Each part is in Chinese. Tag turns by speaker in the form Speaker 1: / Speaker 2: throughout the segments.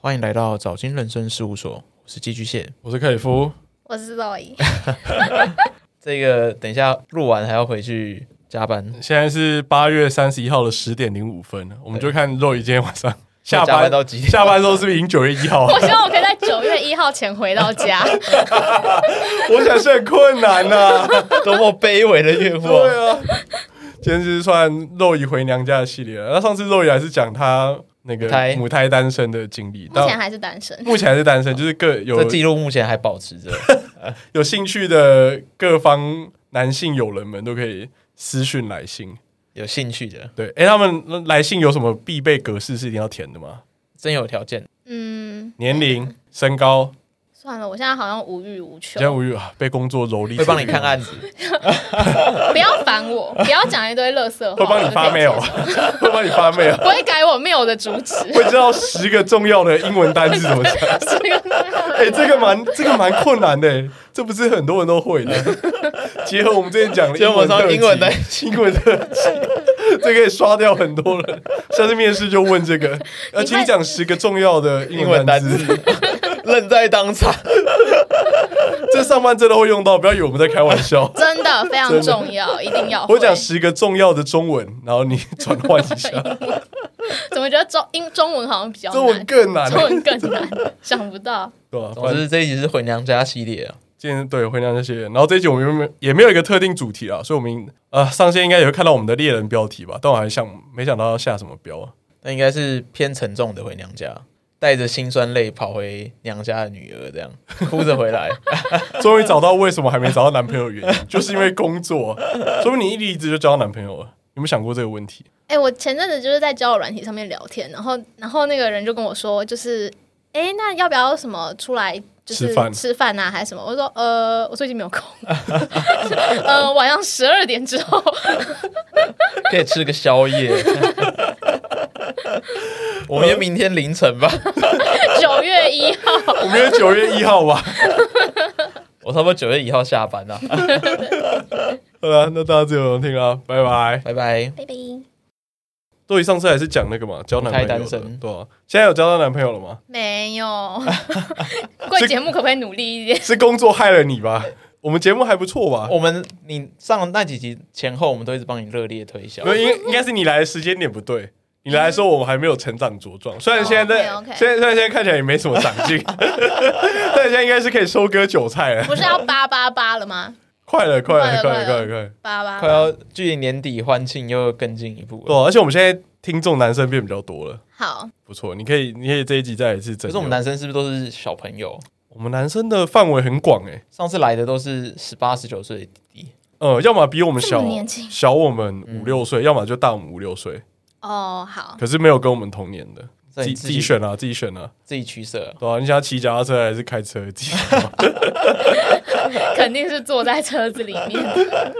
Speaker 1: 欢迎来到早金人生事务所，我是寄居蟹。
Speaker 2: 我是克里夫，
Speaker 3: 我是 Zoe，
Speaker 1: 这个等一下录完还要回去加班，
Speaker 2: 现在是八月三十一号的十点零五分，我们就看肉姨今天 晚上下
Speaker 1: 加
Speaker 2: 班
Speaker 1: 哎班到几点？
Speaker 2: 下班之后是不是已经九月一号啊
Speaker 3: 我？希望我可以在九月一号前回 到家。
Speaker 2: 我想是很困难呐、
Speaker 1: 多么卑微的愿
Speaker 2: 对
Speaker 1: 望！
Speaker 2: 啊，今天是算肉姨回娘家的系列了。那上次肉姨还是讲她那个
Speaker 1: 母胎
Speaker 2: 母胎单身的经历，
Speaker 3: 目
Speaker 2: 但
Speaker 3: 前还是单身，
Speaker 2: 目前还是单身，就是各有
Speaker 1: 这记录目前还保持着。
Speaker 2: 有兴趣的各方男性友人们都可以私讯来信。
Speaker 1: 有兴趣的，
Speaker 2: 对，哎、他们来信有什么必备格式是一定要填的吗？
Speaker 1: 真有条件。
Speaker 3: 嗯，
Speaker 2: 年龄、身高，
Speaker 3: 算了，我现在好像无欲无求
Speaker 2: 现，在无语啊，被工作蹂躏，
Speaker 1: 会帮你看，案子，
Speaker 3: 不要烦我，不要讲一堆垃圾话，
Speaker 2: 会帮你发
Speaker 3: 我就可以
Speaker 2: mail，
Speaker 3: 接受
Speaker 2: 会帮你发 mail，
Speaker 3: 不会改我 mail 的主旨。
Speaker 2: 会知道十个重要的英文单字怎么讲。 哎、这个蛮这个蛮困难的、这不是很多人都会 的。结合我们之前讲的
Speaker 1: 结合我们上
Speaker 2: 英
Speaker 1: 英文
Speaker 2: 文
Speaker 1: 的
Speaker 2: 特辑，英文特辑，这可以刷掉很多人。下次面试就问 这个，呃，
Speaker 3: 你
Speaker 2: 请
Speaker 3: 看。
Speaker 2: 你讲十个重要的 英
Speaker 1: 英
Speaker 2: 文
Speaker 1: 文单
Speaker 2: 单字
Speaker 1: 字。愣在当场。
Speaker 2: 这上班真的会用到，不要以为我们在开玩笑
Speaker 1: 哦
Speaker 3: 真的非常
Speaker 2: 真的
Speaker 3: 重要，一定要会。
Speaker 2: 我讲十个重要的中文，然后你转换一 下，
Speaker 1: 哦
Speaker 3: 怎么觉得中英中文好像比较
Speaker 2: 中文
Speaker 3: 难，
Speaker 2: 更难，
Speaker 3: 中文更难，想不到。
Speaker 2: 对吧？
Speaker 1: 总
Speaker 2: 反正
Speaker 1: 之这一集是回娘家系列啊，
Speaker 2: 今天对回娘这些，然后这一集我们有没有也没有一个特定主题啊，所以我们呃上线应该也会看到我们的猎人标题吧，但我还想没想到要下什么标 啊。
Speaker 1: 那应该是偏沉重的回娘家，带着辛酸泪跑回娘家的女儿，这样哭着回 来。
Speaker 2: 终于找到为什么还没找到男朋友的原因，就是因为工作，说明你一离职就交到男朋友了。有没有想过这个问题？
Speaker 3: 哎、我前阵子就是在交友软体上面聊天，然后然后那个人就跟我说，就是哎、诶那要不要什么出来？就是
Speaker 2: 吃饭
Speaker 3: 吃饭呐、还是什么？我说呃，我最近没有空， 呃，晚上十二点之后，
Speaker 1: 可以吃个宵 夜。我们约明天凌晨吧，
Speaker 3: 九月一号，
Speaker 2: 我们约九月一号吧。
Speaker 1: 我差不多九月一号下班啦，
Speaker 2: 好了，那大家自由听啊，拜拜。
Speaker 1: 拜拜。
Speaker 3: 拜拜。
Speaker 2: 所以上次还是讲那个嘛，交男朋友
Speaker 1: 母胎单
Speaker 2: 的
Speaker 1: 身，
Speaker 2: 对啊？现在有交到男朋友了吗？
Speaker 3: 没有， 贵节目可不可以努力一点？
Speaker 2: 是工作害了你吧？我们节目还不错吧？
Speaker 1: 我们你上那几集前后，我们都一直帮你热烈推销
Speaker 2: 没。有，应 该应该是你来的时间点不对。你来的时候，我们还没有成长茁壮，虽然现在在，
Speaker 3: 哦，OK，OK
Speaker 2: 现在虽然现在看起来也没什么长进， 但现在应该是可以收割韭菜了。
Speaker 3: 不是要八八八了吗？
Speaker 2: 快了，快了，快
Speaker 3: 快
Speaker 2: 了，
Speaker 3: 了
Speaker 2: 快了，快了！
Speaker 3: 八八
Speaker 1: 快
Speaker 3: 八，
Speaker 1: 要距离年底欢庆又更进一步
Speaker 2: 对
Speaker 1: 了，
Speaker 2: 啊，而且我们现在听众男生变比较多了，
Speaker 3: 好，
Speaker 2: 不错。你可以，你可以这一集再一次
Speaker 1: 可
Speaker 2: 整。
Speaker 1: 是我们男生是不是都是小朋友？
Speaker 2: 我们男生的范围很广诶，
Speaker 1: 上次来的都是十八、十九岁的弟弟，
Speaker 2: 呃，要么比我们
Speaker 3: 这
Speaker 2: 小
Speaker 3: 么年轻
Speaker 2: 小我们
Speaker 1: 嗯
Speaker 2: 五六岁，要么就大我们五六岁，
Speaker 3: 哦，好，
Speaker 2: 可是没有跟我们同年的，
Speaker 1: 这
Speaker 2: 自己
Speaker 1: 你
Speaker 2: 自己选啊，自己选啊，
Speaker 1: 自己取舍。
Speaker 2: 对啊，你想要骑脚踏车还是开车？自己选嘛
Speaker 3: 肯定是坐在车子里面，
Speaker 2: 对啊，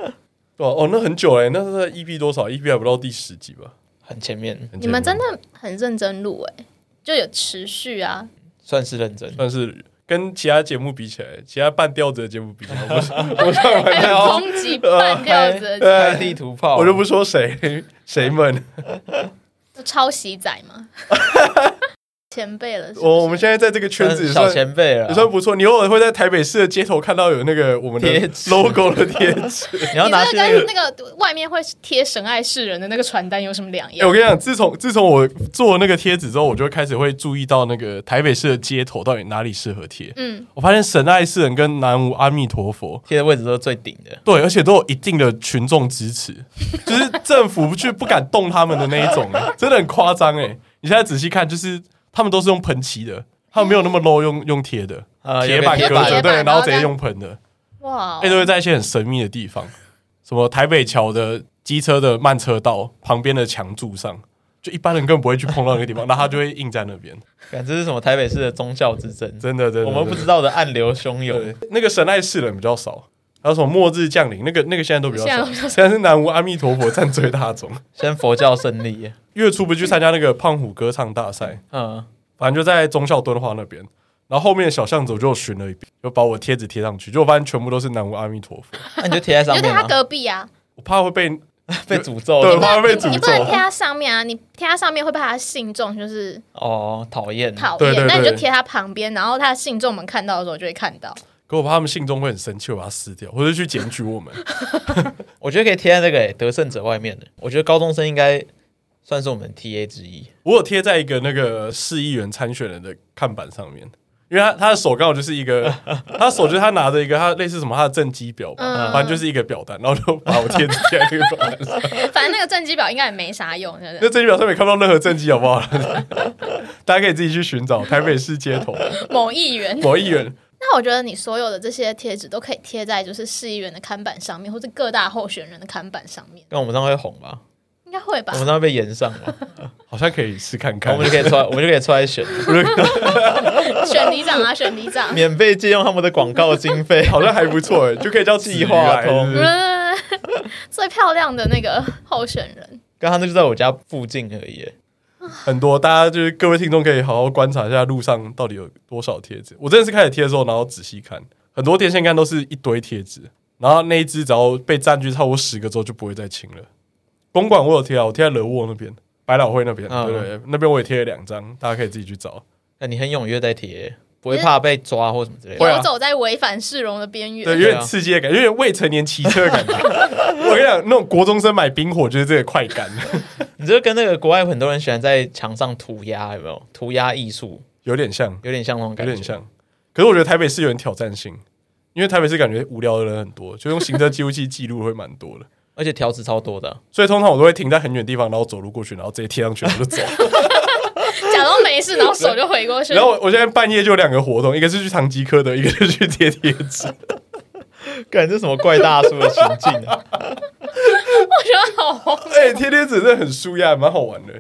Speaker 2: 哦，那很久嘞，那是在 EP 多少？EP 还不到第十集吧？
Speaker 1: 很前面，
Speaker 2: 很
Speaker 3: 你们
Speaker 2: 前
Speaker 3: 真
Speaker 2: 面
Speaker 3: 的很认真录哎、就有持续啊，
Speaker 1: 算是认真。
Speaker 2: 算是跟其他节目比起来，其他半吊子的节目比起来，我不是 我上
Speaker 3: 还
Speaker 2: 来
Speaker 3: 有攻哎击半吊子，
Speaker 2: 哎
Speaker 1: 开地图炮，
Speaker 2: 我就不说谁谁们，
Speaker 3: 抄袭仔吗？ 前辈了是不是
Speaker 2: 我我们现在在这个圈子也
Speaker 1: 小
Speaker 2: 算
Speaker 1: 前辈啊了
Speaker 2: 也。算不错。你偶尔会在台北市的街头看到有那个我们的
Speaker 1: 贴纸
Speaker 2: logo 的贴纸。
Speaker 1: 你要拿去
Speaker 3: 你
Speaker 1: 那
Speaker 3: 这个
Speaker 1: 个
Speaker 3: 跟那个外面会贴神爱世人的那个传单有什么两
Speaker 2: 哎，
Speaker 3: 样
Speaker 2: 我？跟你讲，自从自从我做那个贴纸之后，我就开始会注意到那个台北市的街头到底哪里适合贴。
Speaker 3: 嗯，
Speaker 2: 我发现神爱世人跟南无阿弥陀佛
Speaker 1: 贴的位置都是最顶的。
Speaker 2: 对，而且都有一定的群众支持，就是政府却不敢动他们的那一种、欸，真的很夸张哎！你现在仔细看，就是他们都是用喷漆的，他们没有那么 low 用用贴的，
Speaker 1: 啊
Speaker 2: 铁板
Speaker 1: 有
Speaker 2: 隔
Speaker 1: 个铁板
Speaker 2: 着，对，
Speaker 3: 铁板
Speaker 2: 然后直接用喷的，
Speaker 3: 哇哦
Speaker 2: 哎，，都会在一些很神秘的地方，什么台北桥的机车的慢车道旁边的墙柱上，就一般人根本不会去碰到那个地方，那他就会印在那边，
Speaker 1: 感这是什么台北市的宗教之争？
Speaker 2: 真的真的，
Speaker 1: 我们不
Speaker 2: 真的
Speaker 1: 知道的暗流汹
Speaker 2: 对
Speaker 1: 涌，，
Speaker 2: 那个神爱世人比较少，还有什么末日降临，那个那个现在都比较
Speaker 3: 现在
Speaker 2: 少
Speaker 3: 都比，较少
Speaker 2: 现在是南无阿弥陀佛占最大宗。
Speaker 1: 先佛教胜利。
Speaker 2: 月初不是去参加那个胖虎歌唱大赛，
Speaker 1: 嗯，
Speaker 2: 反正就在忠孝敦化那边。然后后面的小巷子我就巡了一遍，就把我贴纸贴上去，就发现全部都是南无阿弥陀佛，
Speaker 1: 那你就贴在
Speaker 3: 你
Speaker 1: 上
Speaker 3: 就在
Speaker 1: 面
Speaker 3: 他
Speaker 1: 啊。
Speaker 3: 隔壁啊，
Speaker 2: 我怕会被
Speaker 1: 被诅咒
Speaker 2: 对，
Speaker 1: 了
Speaker 2: 怕被诅
Speaker 3: 哦你不能
Speaker 2: 咒。
Speaker 3: 贴它上面啊，你贴它上面会被它的信众就是
Speaker 1: 哦，讨厌，
Speaker 3: 讨
Speaker 2: 对对
Speaker 3: 厌，那你就
Speaker 2: 对
Speaker 3: 贴它旁边，然后它的信众们看到的时候就会看到。
Speaker 2: 可我怕他们信中会很生气，我把它撕掉，或者去检举我们。
Speaker 1: 我觉得可以贴在那个、欸、得胜者外面的。我觉得高中生应该算是我们 TA 之一。
Speaker 2: 我有贴在一个那个市议员参选人的看板上面，因为他他的手刚好就是一 个，他手就是他拿着一个他类似什么他的政绩表吧，
Speaker 3: 嗯
Speaker 2: 反正就是一个表单，然后就把我贴贴在这个表单上。
Speaker 3: 反正那个政绩表应该也没啥用，真的。
Speaker 2: 那政绩表上面看不到任何政绩，好不好？ 大家可以自己去寻找台北市街头
Speaker 3: 某议员，
Speaker 2: 某议员。
Speaker 3: 那我觉得你所有的这些贴纸都可以贴在就是市议员的看板上面，或者各大候选人的看板上面，
Speaker 1: 那我们这样会红吧？
Speaker 3: 应该会吧
Speaker 1: 我？们这样会被延上 吧？
Speaker 2: 好像可以试看看，。
Speaker 1: 然后我们就可以出来，我们就可以出来选，啊
Speaker 3: 选里长啊，选里长。
Speaker 1: 免费借用他们的广告经费
Speaker 2: 好像还不错哎，就可以叫自己
Speaker 1: 划通
Speaker 2: 是不是
Speaker 3: 嗯 最漂亮的那个候选人，
Speaker 1: 刚刚那就在我家附近而已欸。
Speaker 2: 很多大家就是各位听众可以好好观察一下路上到底有多少贴纸。我真的是开始贴的时候，然后仔细看，很多电线杆都是一堆贴纸，然后那一只只要被占据超过十个之后就不会再清了。公馆我有贴啊，我贴在惹沃那边、百老汇那边，
Speaker 1: 嗯
Speaker 2: 对对对，那边我也贴了两张，大家可以自己去 找。
Speaker 1: 那你很踊跃在贴欸，不会怕被抓或什么之类
Speaker 2: 会
Speaker 1: 的。
Speaker 2: 啊
Speaker 3: 游走在违反市容的边
Speaker 2: 对，啊
Speaker 3: 缘。
Speaker 2: 有点刺激的感觉，有点未成年骑车的感觉。我跟你讲，那种国中生买冰火就是这个快感，
Speaker 1: 你这跟那个国外很多人喜欢在墙上涂鸦，有没有？涂鸦艺术
Speaker 2: 有点像，
Speaker 1: 有点像那种
Speaker 2: 有
Speaker 1: 感觉，
Speaker 2: 点像。可是我觉得台北市有点挑战性，因为台北市感觉无聊的人很多，就用行车记录器记录会蛮多的。
Speaker 1: 而且条子超多 的。啊
Speaker 2: 所以通常我都会停在很远的地方，然后走路过去，然后直接贴上去我就 走。
Speaker 3: 假装没 事，然后手就回过去。
Speaker 2: 然后我我现在半夜就有两个活动，一个是去唐吉诃德，一个是去贴贴纸。
Speaker 1: 感这什么怪大叔的情境啊！
Speaker 3: 我觉得好 荒
Speaker 2: 哎、贴贴纸真的很舒压，蛮好玩的。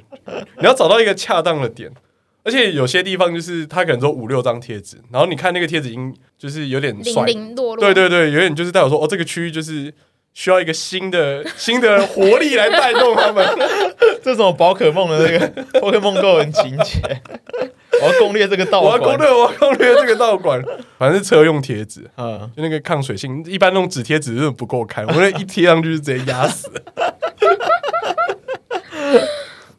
Speaker 2: 你要找到一个恰当的点，而且有些地方就是它可能只有五六张贴纸，然后你看那个贴纸已经就是有点
Speaker 3: 零
Speaker 2: 甩，
Speaker 3: 零落落。
Speaker 2: 对对对，有点就是代表说哦，这个区域就是需要一个新的 新的活力来带动 他们。
Speaker 1: 这种宝可梦的那 个 Pokemon Go 很情节，我要攻略这个道
Speaker 2: 我要
Speaker 1: 馆。
Speaker 2: 攻略，我要攻略这个道馆，反正是车用贴纸。
Speaker 1: 嗯，
Speaker 2: 就那个抗水性，一般那种纸贴纸真的不够看，我那一贴上去就直接压死。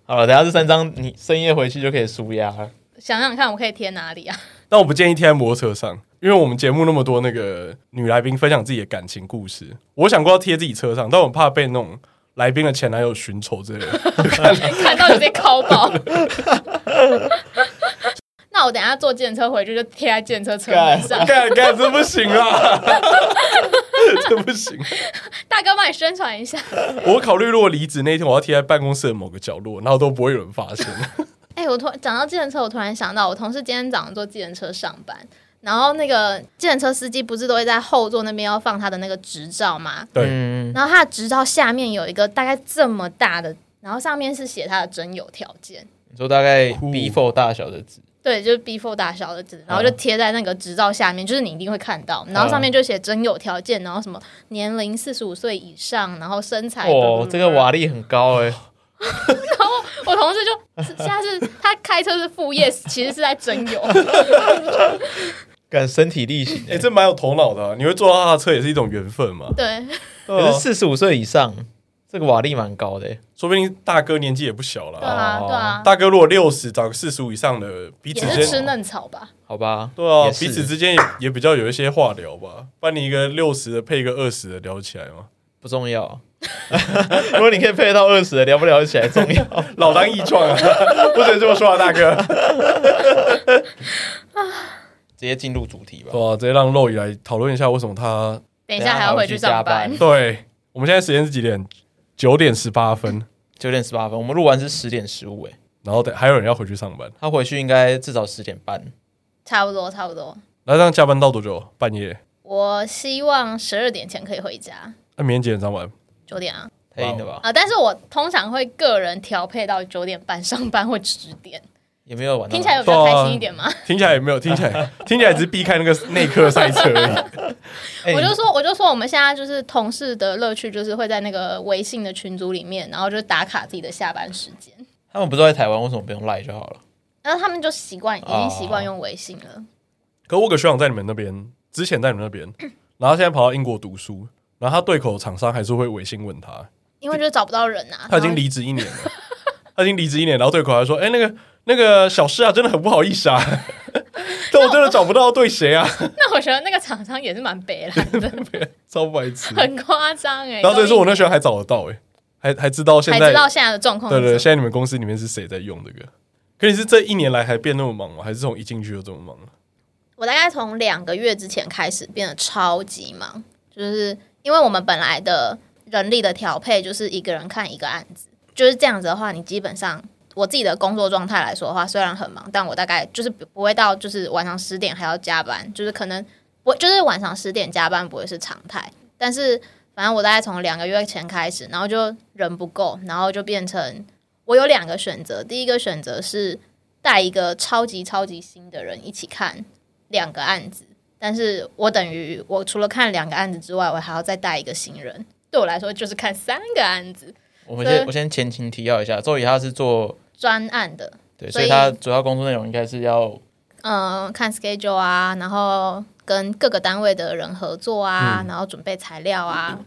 Speaker 1: 好了，等一下这三张你深夜回去就可以舒压了。
Speaker 3: 想想看，我可以贴哪里啊？
Speaker 2: 但我不建议贴在摩托车上，因为我们节目那么多那个女来宾分享自己的感情故事，我想过要贴自己车上，但我怕被那种来宾的前男友寻仇之类的。
Speaker 3: 看到有被敲爆。 那我等一下坐电车回去就贴在电车车门上。
Speaker 2: 干干这不行啊， 这不行！
Speaker 3: 大哥帮你宣传一下。
Speaker 2: 我考虑如果离职那一天，我要贴在办公室的某个角落，然后都不会有人 发现。
Speaker 3: 哎、我突然讲到计程车，我突然想到，我同事今天早上坐计程车上班，然后那个计程车司机不是都会在后座那边要放他的那个执照吗？
Speaker 2: 对，
Speaker 1: 嗯，
Speaker 3: 然后他的执照下面有一个大概这么大的，然后上面是写他的真有条件，
Speaker 1: 你说大概
Speaker 2: 酷
Speaker 1: B4 大小的纸，
Speaker 3: 对，就是 before 大小的字，
Speaker 1: 嗯
Speaker 3: 然后就贴在那个执照下面，就是你一定会看到，然后上面就写真有条件，然后什么年龄四十五岁以上，然后身材，
Speaker 1: 哦，这个瓦力很高哎、
Speaker 3: 我同事就现在是他开车是副业，其实是在真有，
Speaker 1: 敢身体力行
Speaker 2: 哎、
Speaker 1: 哎、
Speaker 2: 这蛮有头脑的啊、你会坐到他的车也是一种缘分嘛。
Speaker 3: 对，
Speaker 2: 啊
Speaker 1: 可是四十五岁以上，这个瓦力蛮高的、欸。
Speaker 2: 说不定大哥年纪也不小了
Speaker 3: 对。啊，
Speaker 1: 哦
Speaker 3: 对啊，
Speaker 2: 大哥如果六十，找个四十五以上的，彼此
Speaker 3: 也
Speaker 2: 之
Speaker 3: 是吃
Speaker 2: 间
Speaker 3: 嫩草吧？
Speaker 1: 好吧，
Speaker 2: 对啊
Speaker 1: 也，是
Speaker 2: 彼此之间也也比较有一些话聊吧。不然你一个六十的配一个二十的聊得起来吗？
Speaker 1: 不重要。 如果你可以配到二十的，聊不聊得起来重 要。
Speaker 2: 老当益壮啊，不准这么说啊，大哥。
Speaker 1: 直接进入主题吧。
Speaker 2: 哇，直接让肉宇来讨论一下为什么他
Speaker 3: 等一下还要回去上班
Speaker 1: 等一下还要回去加班，
Speaker 2: 对我们现在时间是几点？九点十八分，
Speaker 1: 九点十八分，我们录完是十点十五，哎，
Speaker 2: 然后等还有人要回去上班。
Speaker 1: 他回去应该至少十点半。
Speaker 3: 差不多差不多。
Speaker 2: 那这样加班到多久？半夜？
Speaker 3: 我希望十二点前可以回家，
Speaker 2: 那、啊明天几点上班？
Speaker 3: 九点啊
Speaker 1: 太硬了吧？
Speaker 3: 啊！但是我通常会个人调配到九点半上班或十点，
Speaker 1: 也没有
Speaker 2: 嗯
Speaker 1: 晚到
Speaker 3: 听起来有比较开心一点吗？
Speaker 2: 听起来也没有，听起来 听起来只是避开那个内科赛车 而已。
Speaker 1: 哎
Speaker 3: 我就说，我就说，我们现在就是同事的乐趣，就是会在那个微信的群组里面，然后就打卡自己的下班时间。
Speaker 1: 他们不是在台湾，为什么不用赖就好了？
Speaker 3: 然后他们就习惯，已经习惯用微信了。
Speaker 2: 可我有个学长在你们那边，之前在你们那边，然后现在跑到英国读书，然后他对口厂商还是会微信问他，
Speaker 3: 因为就找不到人啊。
Speaker 2: 他已经离职一年了， 他已经离职一年，然后对口还说：“哎、那个那个小诗啊，真的很不好意思啊， 但我真的找不到对谁啊，
Speaker 3: 然后 那我觉得那个厂商也是蛮北 蓝的，
Speaker 2: 超白痴。”
Speaker 3: 很夸张哎。
Speaker 2: 然后所以说我那
Speaker 3: 时
Speaker 2: 学校还找得到、欸，还还知道现
Speaker 3: 才
Speaker 2: 在
Speaker 3: 知道现在的状况
Speaker 2: 对
Speaker 3: 哦是
Speaker 2: 对，
Speaker 3: 什么。
Speaker 2: 现在你们公司里面是谁在用这个？可你是这一年来还变那么忙吗？还是从一进去就这么忙了？
Speaker 3: 我大概从两个月之前开始变得超级忙，就是因为我们本来的人力的调配就是一个人看一个案子，就是这样子的话，你基本上我自己的工作状态来说的话，虽然很忙，但我大概就是不不会到就是晚上十点还要加班，就是可能不就是晚上十点加班不会是常态，但是反正我大概从两个月前开始，然后就人不够，然后就变成我有两个选择，第一个选择是带一个超级超级新的人一起看。两个案子，但是我等于我除了看两个案子之外，我还要再带一个新人。对我来说，就是看三个案子
Speaker 1: 我们
Speaker 3: 对
Speaker 1: 先我先前情提要一下，周宇他是做
Speaker 3: 专案的，
Speaker 1: 对，所
Speaker 3: 所以
Speaker 1: 以他主要工作内容应该是要
Speaker 3: 嗯、看 schedule 啊，然后跟各个单位的人合作啊，然后准备材料啊，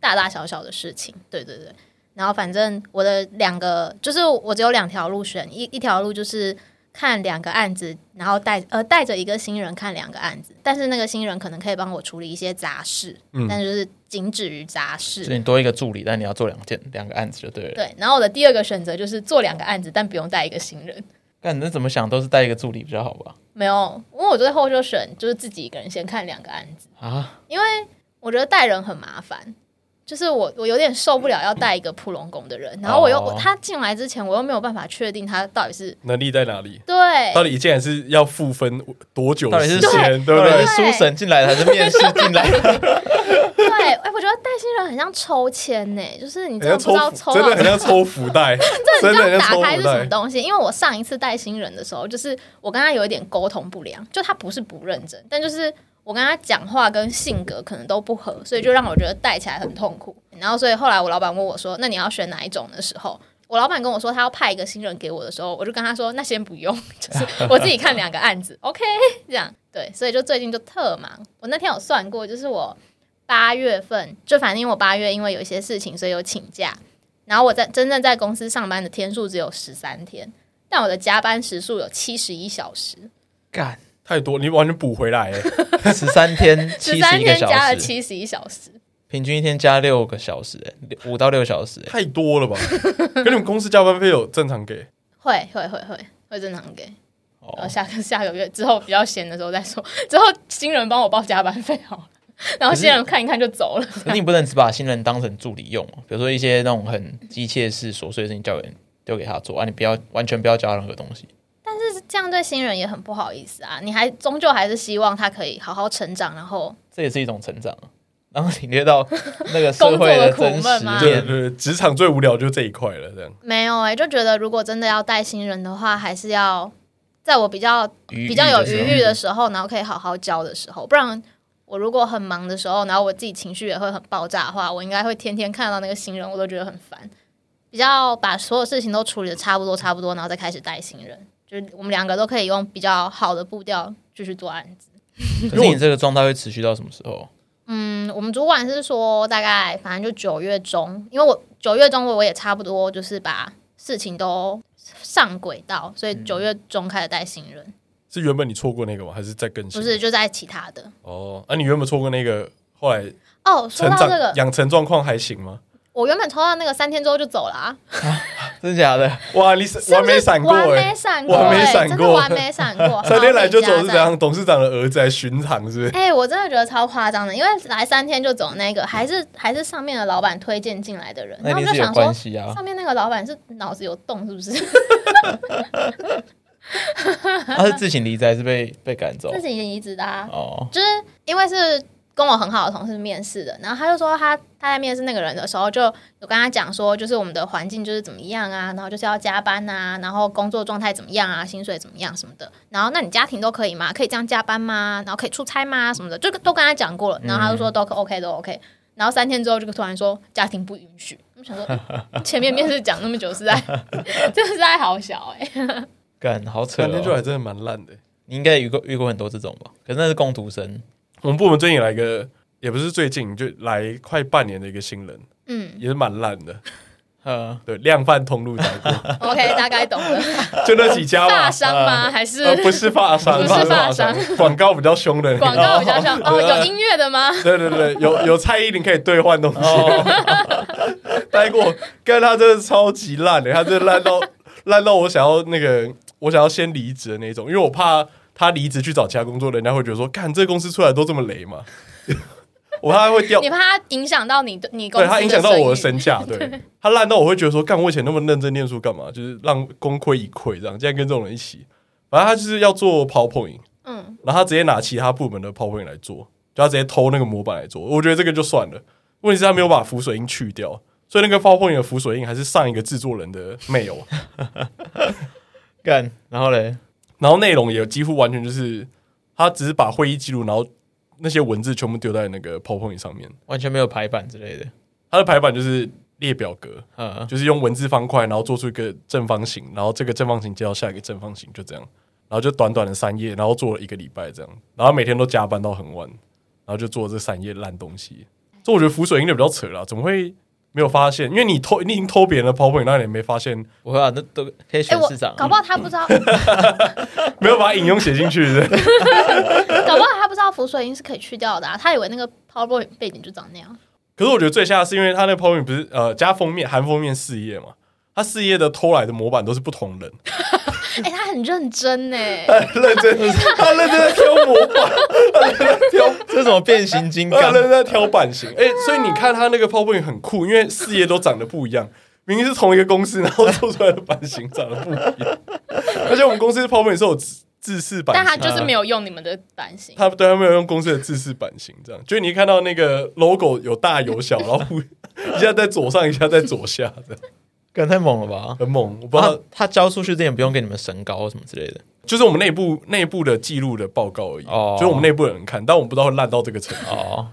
Speaker 3: 大大小小的事情，对对对。然后反正我的两个就是我只有两条路选，一一条路就是看两个案子，然后带呃带着一个新人看两个案子，但是那个新人可能可以帮我处理一些杂事，但是就是仅止于杂事。
Speaker 1: 就是你多一个助理，但你要做两件两个案子就对了。
Speaker 3: 对，然后我的第二个选择就是做两个案子，但不用带一个新人。
Speaker 1: 但你那怎么想都是带一个助理比较好吧？
Speaker 3: 没有，因为我最后就选就是自己一个人先看两个案子，
Speaker 1: 啊，
Speaker 3: 因为我觉得带人很麻烦，就是我我有点受不了要带一个普龙宫的人，然后我又、
Speaker 1: 哦
Speaker 3: 他进来之前我又没有办法确定他到底是
Speaker 2: 能力在哪里？
Speaker 3: 对
Speaker 2: 到底一件是要复分多久
Speaker 1: 到
Speaker 2: 的
Speaker 1: 底
Speaker 2: 时
Speaker 1: 是
Speaker 2: 间？对
Speaker 1: 到
Speaker 2: 不
Speaker 1: 底是
Speaker 2: 对？
Speaker 1: 书审进来的还是面试进来 的？
Speaker 3: 对，哎，我觉得带新人很像抽签呢、就是你真的
Speaker 2: 很
Speaker 3: 不知道
Speaker 2: 像
Speaker 3: 抽
Speaker 2: 抽，
Speaker 3: 到
Speaker 2: 真的很像抽福袋，
Speaker 3: 你
Speaker 2: 真
Speaker 3: 知
Speaker 2: 的
Speaker 3: 道
Speaker 2: 很像
Speaker 3: 打
Speaker 2: 抽
Speaker 3: 开
Speaker 2: 福
Speaker 3: 是什么
Speaker 2: 袋。
Speaker 3: 东西？因为我上一次带新人的时候，就是我跟他有一点沟通不良，就他不是不认真，但就是我跟他讲话跟性格可能都不合，所以就让我觉得带起来很痛苦。然后所以后来我老板问我说：“那你要选哪一种？”的时候。我老板跟我说他要派一个新人给我的时候，我就跟他说那先不用， 就是我自己看两个案子 ，OK，这样对，所以就最近就特忙。我那天有算过，就是我八月份，就反正因为我八月因为有一些事情，所以有请假，然后我在真正在公司上班的天数只有十三天，但我的加班时数有七十一小时，
Speaker 1: 干，
Speaker 2: 太多，你完全补回来、欸，
Speaker 1: 十三天
Speaker 3: 十
Speaker 1: 七
Speaker 3: 三
Speaker 1: 十一个
Speaker 3: 天
Speaker 1: 小
Speaker 3: 加了
Speaker 1: 时，
Speaker 3: 七十一小时，
Speaker 1: 平均一天加六个小时、欸，六五到六小时、欸。
Speaker 2: 太多了吧？跟你们公司加班费有正常给？
Speaker 3: 会会会会会正常给。然后
Speaker 1: 哦，
Speaker 3: 下个下个月之后比较闲的时候再说，之后新人帮我报加班费好了，然后新人看一看就走了。
Speaker 1: 可是你不能只把新人当成助理用、哦，比如说一些那种很机械式、琐碎的事情交给丢给他做啊，你不要完全不要教他任何东西。
Speaker 3: 这样对新人也很不好意思啊，你还终究还是希望他可以好好成长，然后
Speaker 1: 这也是一种成长啊。然后领略到那个
Speaker 3: 工
Speaker 1: 社
Speaker 3: 作
Speaker 1: 会
Speaker 3: 的
Speaker 1: 的
Speaker 3: 苦
Speaker 1: 真
Speaker 3: 闷
Speaker 1: 实
Speaker 3: 吗
Speaker 2: 对
Speaker 1: 面，
Speaker 2: 对，职场最无聊就这一块了，这样。
Speaker 3: 没有哎、就觉得如果真的要带新人的话，还是要在我比较
Speaker 1: 余
Speaker 3: 比较有
Speaker 1: 的时候
Speaker 3: 余裕的时候，然后可以好好教的时候，不然我如果很忙的时候，然后我自己情绪也会很爆炸的话，我应该会天天看到那个新人，我都觉得很烦。比较把所有事情都处理的差不多差不多，然后再开始带新人，就是我们两个都可以用比较好的步调继续做案子。
Speaker 1: 可是你这个状态会持续到什么时候？
Speaker 3: 嗯，我们主管是说大概反正就九月中，因为我九月中我我也差不多就是把事情都上轨道，所以九月中开始带新人，
Speaker 2: 是原本你错过那个吗？还是在更新？
Speaker 3: 不是就在其他的
Speaker 2: 哦，啊，你原本错过那个，后来
Speaker 3: 哦。说
Speaker 2: 成
Speaker 3: 到
Speaker 2: 长
Speaker 3: 这个，
Speaker 2: 养成状况还行吗？
Speaker 3: 我原本抽到那个三天之后就走了、啊，
Speaker 1: 真的假 的？
Speaker 2: 哇，你
Speaker 3: 是
Speaker 2: 完
Speaker 3: 不是
Speaker 2: 美闪过
Speaker 3: 完
Speaker 2: 哎、
Speaker 3: 没闪过、欸，
Speaker 2: 完美闪过，
Speaker 3: 真的完没闪 过
Speaker 2: 三天来就走
Speaker 3: 好
Speaker 2: 是怎？样？董事长的儿子来巡场是不是？
Speaker 3: 哎、我真的觉得超夸张的，因为来三天就走那个，还是还是上面的老板推荐进来的人，
Speaker 1: 那
Speaker 3: 然后
Speaker 1: 一
Speaker 3: 我
Speaker 1: 定
Speaker 3: 就是
Speaker 1: 有
Speaker 3: 想说
Speaker 1: 关，系 啊。
Speaker 3: 上面那个老板是脑子有洞是不是？
Speaker 1: 他是自行离职还是被被赶走
Speaker 3: 自？己离职的啊，
Speaker 1: 哦，
Speaker 3: 就是因为是跟我很好的同事面试的，然后他就说他他在面试那个人的时候，就有跟他讲说，就是我们的环境就是怎么样啊，然后就是要加班啊，然后工作状态怎么样啊，薪水怎么样什么的，然后那你家庭都可以吗？可以这样加班吗？然后可以出差吗？什么的，就都跟他讲过了，然后他就说都 OK 都 OK。然后三天之后，就突然说家庭不允许。我想说， 嗯前面面试讲那么久是在， 真的是在好小哎、
Speaker 1: 干好扯、
Speaker 2: 三天就
Speaker 1: 哦！
Speaker 2: 还真的蛮烂的欸、
Speaker 1: 你应该遇过遇过很多这种吧？可是那是工读生，
Speaker 2: 我们部门最近来一个，也不是最近，就来快半年的一个新人，
Speaker 3: 嗯
Speaker 2: 也是蛮烂的。
Speaker 1: 呃，
Speaker 2: 对，量贩通路带 过，
Speaker 3: ，OK，大概懂了。
Speaker 2: 就那几家
Speaker 3: 发
Speaker 2: 嘛。
Speaker 3: 商吗？还是
Speaker 2: 呃， 不是发商，
Speaker 3: 不是发商
Speaker 2: 广告比较凶的。
Speaker 3: 广告比较像？
Speaker 2: 呃
Speaker 3: 哦，有音乐的吗？
Speaker 2: 对对对，有有蔡依林可以兑换东西，待过，但他真的超级烂欸的，他真的烂到烂到我想要那个，我想要先离职的那种，因为我怕他离职去找其他工作，人家会觉得说，看这个公司出来都这么雷嘛，我怕他会掉
Speaker 3: 你，怕它影响到你对你公
Speaker 2: 对
Speaker 3: 司
Speaker 2: 他影响到我的
Speaker 3: 声
Speaker 2: 身
Speaker 3: 誉
Speaker 2: 价， 对他烂到我会觉得说，干我以前那么认真念书干嘛，就是让功亏一篑这样，竟然跟这种人一起，反正他就是要做 PowerPoint，
Speaker 3: 嗯，
Speaker 2: 然后他直接拿其他部门的 PowerPoint 来做，就他直接偷那个模板来做。我觉得这个就算了，问题是他没有把浮水印去掉，所以那个 PowerPoint 的浮水印还是上一个制作人的 mail，
Speaker 1: 干，然后嘞，
Speaker 2: 然后内容也几乎完全就是他只是把会议记录，然后那些文字全部丢在那个 PowerPoint 上面，
Speaker 1: 完全没有排版之类的，
Speaker 2: 他的排版就是列表格，
Speaker 1: 呃，
Speaker 2: 就是用文字方块，然后做出一个正方形，然后这个正方形接到下一个正方形，就这样，然后就短短的三页，然后做了一个礼拜这样，然后每天都加班到很晚，然后就做这三页烂东西。这我觉得浮水印的比较扯啦，怎么会没有发现？因为你偷，你已经偷别人的 PowerPoint，那你没发现，
Speaker 1: 不会啊，那都可以
Speaker 3: 哎，
Speaker 1: 选
Speaker 3: 我
Speaker 1: 市长啊，
Speaker 3: 搞不好他不 知道，
Speaker 2: 没有把引用写进去对不对
Speaker 3: 搞不好他不知道浮水音是可以去掉的啊，他以为那个 PowerPoint 背景就长那样。
Speaker 2: 可是我觉得最吓的是因为他那个 PowerPoint 不是呃加封面含封面四页嘛，他四页的偷来的模板都是不同人，
Speaker 3: 哎，他很认真呢，
Speaker 2: 认真，他认真在挑模板，他认真在挑
Speaker 1: 这种变形 金
Speaker 2: 他
Speaker 1: 刚，
Speaker 2: 人在呃挑版型， 哎、所以你看他那个 PowerPoint 很酷，因为四页都长得不一样，明明是同一个公司，然后做出来的版型长得不一样。而且我们公司 PowerPoint 是有自自式版
Speaker 3: 但他
Speaker 2: 型，
Speaker 3: 就是没有用你们的版型。
Speaker 2: 他对他没有用公司的自式版型，这样，就是你一看到那个 logo 有大有小，然后互一下在左上，一下在左下，这样
Speaker 1: 干太猛了吧？
Speaker 2: 很猛。我不知道
Speaker 1: 他，他交出去之前不用给你们身高什么之类的
Speaker 2: 就是我们内部内部的记录的报告而已，
Speaker 1: 哦
Speaker 2: 就是我们内部的人看，但我们不知道会烂到这个程度。
Speaker 1: 哦，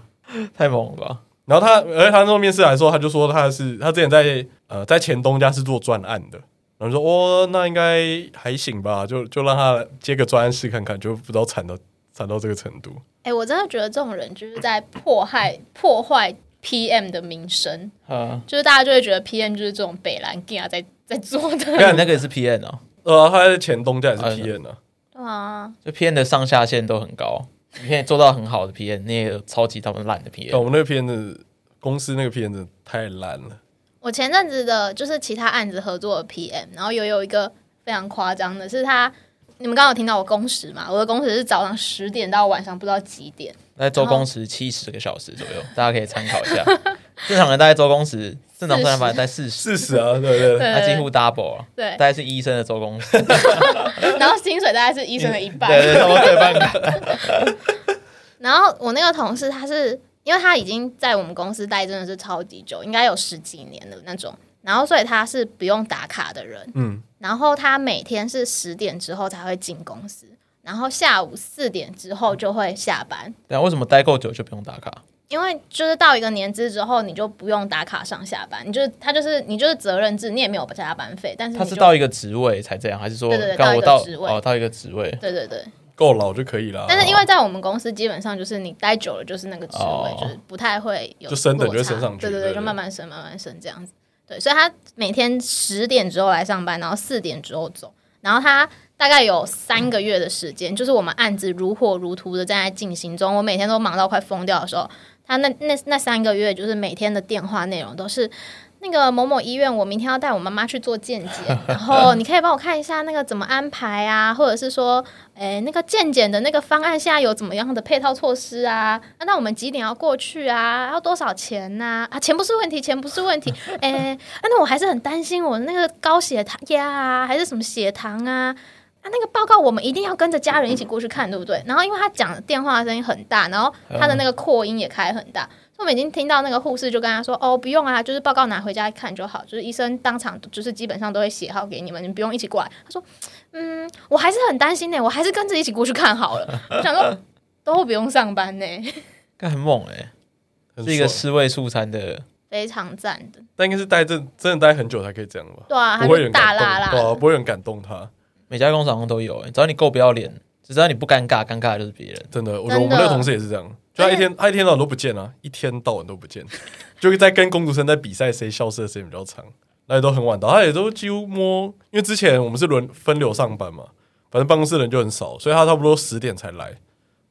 Speaker 1: 太猛了吧？
Speaker 2: 然后他，而且他那时候面试来说，他就说他是他之前在呃在前东家是做专案的，然后说哦那应该还行吧，就就让他接个专案试看看，就不知道惨到惨到这个程度。
Speaker 3: 哎，我真的觉得这种人就是在迫害破坏 PM 的名声，
Speaker 1: 嗯，
Speaker 3: 就是大家就会觉得 PM 就是这种北兰 gay 啊在在做的。
Speaker 1: 那你那个也是 PN 哦，
Speaker 2: 呃，他在前东家也是
Speaker 1: 哎
Speaker 2: PM 呢、
Speaker 3: 对啊，
Speaker 1: 就 PN 的上下限都很高，你可以做到很好的 PN，你也有超级他们烂的
Speaker 2: 但
Speaker 1: PN，
Speaker 2: 我们那个 PM 的公司那个 PM 真的太烂了，
Speaker 3: 我前阵子的就是其他案子合作的 PM，然后有有一个非常夸张的是他，你们刚刚有听到我工时嘛？我的工时是早上十点到晚上不知道几点，
Speaker 1: 那周工时七十个小时左右，大家可以参考一 下。正常人大概周工时，正常算法在四十，
Speaker 2: 事实啊，对对对，
Speaker 1: 他几乎
Speaker 3: 对
Speaker 1: double 啊，
Speaker 3: 对
Speaker 1: 大，概是医生的周工时，
Speaker 3: 然后薪水大概是医生的一半。
Speaker 1: 对对，差不多对半个。
Speaker 3: 然后我那个同事他是因为他已经在我们公司待真的是超级久，应该有十几年的那种，然后所以他是不用打卡的人，
Speaker 2: 嗯，
Speaker 3: 然后他每天是十点之后才会进公司，然后下午四点之后就会下班。
Speaker 1: 但为什么待够久就不用打卡？
Speaker 3: 因为就是到一个年资之后，你就不用打卡上下班，你就是他就是你就是责任制，你也没有加班费，但是
Speaker 1: 他
Speaker 3: 你
Speaker 1: 是
Speaker 3: 就
Speaker 1: 到一个职位才这样，还是说
Speaker 3: 嗯对对对
Speaker 1: 刚我
Speaker 3: 到
Speaker 1: 到
Speaker 3: 一个职位
Speaker 1: 哦到一个职位？
Speaker 3: 对对对，
Speaker 2: 够老就可以了。
Speaker 3: 但是因为在我们公司基本上就是你待久了就是那个职位，
Speaker 1: 哦
Speaker 3: 就是不太会有
Speaker 2: 就升等
Speaker 3: 落
Speaker 2: 就
Speaker 3: 差
Speaker 2: 升上去
Speaker 3: 对对
Speaker 2: 对对
Speaker 3: 对，就慢慢升慢慢升这样子。对，所以他每天十点之后来上班，然后四点之后走，然后他大概有三个月的时间，就是我们案子如火如荼的在进行中，我每天都忙到快疯掉的时候，他那那那三个月就是每天的电话内容都是。那个某某医院，我明天要带我妈妈去做健检，然后你可以帮我看一下那个怎么安排啊，或者是说，诶，那个健检的那个方案现在有怎么样的配套措施啊？啊那我们几点要过去啊？要多少钱呐、啊？钱不是问题，钱不是问题。诶，啊，那我还是很担心我那个高血糖压啊，还是什么血糖啊？啊，那个报告我们一定要跟着家人一起过去看，对不对？然后因为他讲的电话声音很大，然后他的那个扩音也开很大，所以我们已经听到那个护士就跟他说：“哦，不用啊，就是报告拿回家看就好，就是医生当场就是基本上都会写好给你们，你们不用一起过来。”他说：“嗯，我还是很担心呢、我还是跟着一起过去看好 了。”我想说都不用上班呢、
Speaker 1: 干很猛哎，
Speaker 2: 很
Speaker 1: 是一个
Speaker 2: 爽
Speaker 1: 四位数餐的
Speaker 3: 非常赞的。
Speaker 2: 但应该是待这真的待很久才可以这样吧？
Speaker 3: 对啊，他
Speaker 2: 不会有
Speaker 3: 就
Speaker 2: 人
Speaker 3: 大
Speaker 2: 敢动
Speaker 3: 辣辣
Speaker 2: 对啊
Speaker 3: 的，
Speaker 2: 不会有人敢动他。
Speaker 1: 每家工厂好像都有、欸，只要你够不要脸，只知道你不尴尬，尴尬的就是别人。
Speaker 2: 真的，我
Speaker 3: 真的哎
Speaker 2: 我们那个同事也是这样，就他一天他一天到晚都不见啊，一天到晚都不见， 就是在跟公主生在比赛谁消失的时间比较长，那也都很晚到，他也都几乎摸，因为之前我们是轮分流上班嘛，反正办公室人就很少，所以他差不多十点才来，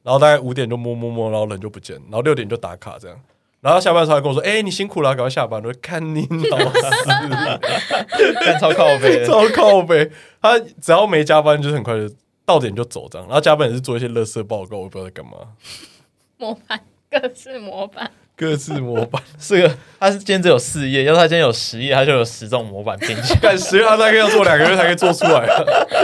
Speaker 2: 然后大概五点就摸摸摸，然后人就不见，然后六点就打卡这样。然后他下班的时候还跟我说：“哎、你辛苦了、赶快下班。”我说：“看你老 师，
Speaker 1: 干超靠 背的，
Speaker 2: 超靠背。他只要没加班，就是很快就到点就走这样。然后加班也是做一些乐色报告，我也不知道在干嘛。
Speaker 3: 模板各式模板，
Speaker 2: 各自模板，
Speaker 1: 是个他是今天只有四页，要是他今天有十页，他就有十种模板编辑。
Speaker 2: 干十月他大概要做两个月才可以做出来。啊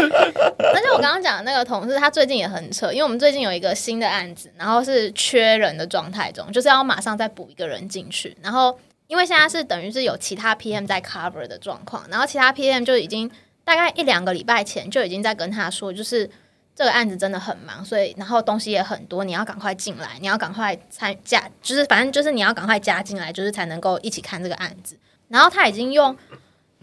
Speaker 3: 而且我刚刚讲的那个同事，他最近也很扯，因为我们最近有一个新的案子，然后是缺人的状态中，就是要马上再补一个人进去。然后因为现在是等于是有其他 PM 在 cover 的状况，然后其他 PM 就已经大概一两个礼拜前就已经在跟他说，就是这个案子真的很忙，所以然后东西也很多，你要赶快进来，你要赶快参加，就是反正就是你要赶快加进来，就是才能够一起看这个案子。然后他已经用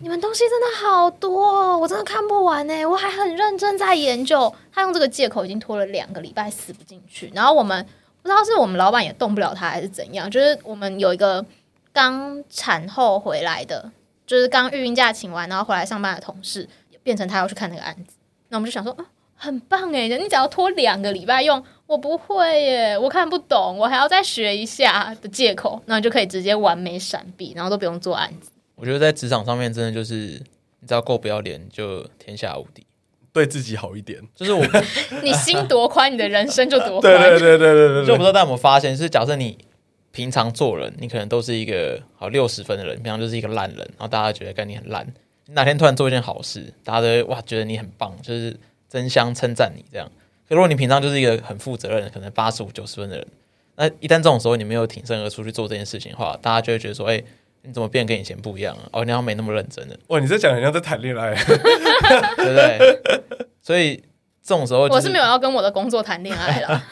Speaker 3: 你们东西真的好多、哦，我真的看不完哎呢，我还很认真在研究。他用这个借口已经拖了两个礼拜，死不进去。然后我们不知道是我们老板也动不了他，还是怎样，就是我们有一个刚产后回来的，就是刚育婴假请完然后回来上班的同事，变成他要去看那个案子。那我们就想说，啊，很棒哎，你只要拖两个礼拜用，我不会耶，我看不懂，我还要再学一下的借口，那你就可以直接完美闪避，然后都不用做案子。
Speaker 1: 我觉得在职场上面，真的就是你只要够不要脸，就天下无敌。
Speaker 2: 对自己好一点。
Speaker 1: 就是我
Speaker 3: 你心多宽，你的人生就多宽。
Speaker 2: 对对对对对对
Speaker 1: 就
Speaker 2: 对
Speaker 1: 不知道大家有没有发现，是假设你平常做人，你可能都是一个好六十分的人，平常就是一个烂人，然后大家觉得跟你很烂。你哪天突然做一件好事，大家都会哇觉得你很棒，就是争相称赞你这样。可如果你平常就是一个很负责任的，可能八十五九十分的人，那一旦这种时候你没有挺身而出去做这件事情的话，大家就会觉得说，哎、你怎么变得跟以前不一样了、哦，你好像没那么认真了，
Speaker 2: 哇，你在讲很像在谈恋爱，
Speaker 1: 对不对？ 所以这种时候、就是、
Speaker 3: 我是没有要跟我的工作谈恋爱啦，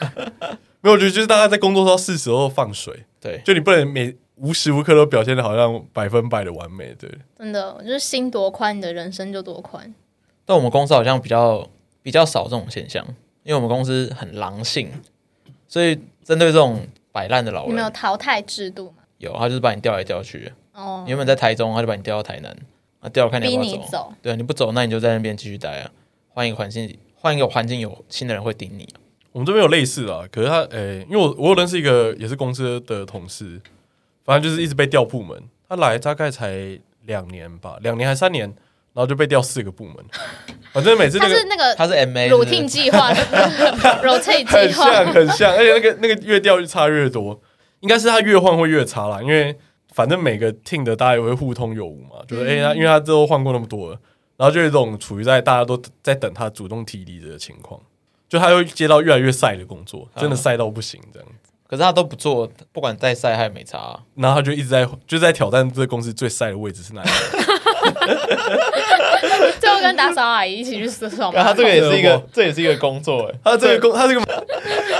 Speaker 2: 没有，我觉得就是大家在工作上适时候放水，
Speaker 1: 对，
Speaker 2: 就你不能每无时无刻都表现的好像百分百的完美，对。
Speaker 3: 真的，我就是心多宽，你的人生就多宽。
Speaker 1: 但我们公司好像比较比较少这种现象，因为我们公司很狼性，所以针对这种摆烂的老
Speaker 3: 你们有
Speaker 1: 人，
Speaker 3: 淘汰制度吗？
Speaker 1: 有他就是把你调来调去，
Speaker 3: 哦
Speaker 1: 你，原本在台中，他就把你调到台南，啊，调了看你
Speaker 3: 逼
Speaker 1: 要不要
Speaker 3: 你
Speaker 1: 走，
Speaker 3: 走，
Speaker 1: 对，啊你不走，那你就在那边继续待啊，换一个环境，换一个环境有新的人会顶你、啊，
Speaker 2: 我们这边有类似的、啊，可是他诶、因为我我有认识一个也是公司的同事，反正就是一直被调部门，他来大概才两年吧，两年还三年，然后就被调四个部门，反正每次
Speaker 3: 他
Speaker 2: 那个
Speaker 3: 是那个
Speaker 1: 他是 MA，是不
Speaker 3: 呃 routine
Speaker 1: 是
Speaker 3: 计划 ，rotate
Speaker 2: 很
Speaker 3: 计划
Speaker 2: 像，很像，而且那个那个越调越差越多，应该是他越换会越差啦，因为反正每个 team 的大家也会互通有无嘛，就是诶、他因为他之后换过那么多了，然后就有一种处于在大家都在等他主动提离职的情况，就他会接到越来越晒的工作，真的晒到不行这样。
Speaker 1: 可是他都不做，不管再晒他也没差啊、
Speaker 2: 然后他就一直在就在挑战这个公司最晒的位置是哪 里。
Speaker 3: 最后跟打扫阿姨一起去扫扫
Speaker 1: 然
Speaker 3: 马
Speaker 1: 啊后他这
Speaker 3: 桶
Speaker 1: 个。也是一
Speaker 2: 有
Speaker 1: 个，这也是一个工作哎、
Speaker 2: 他啊这个公他这个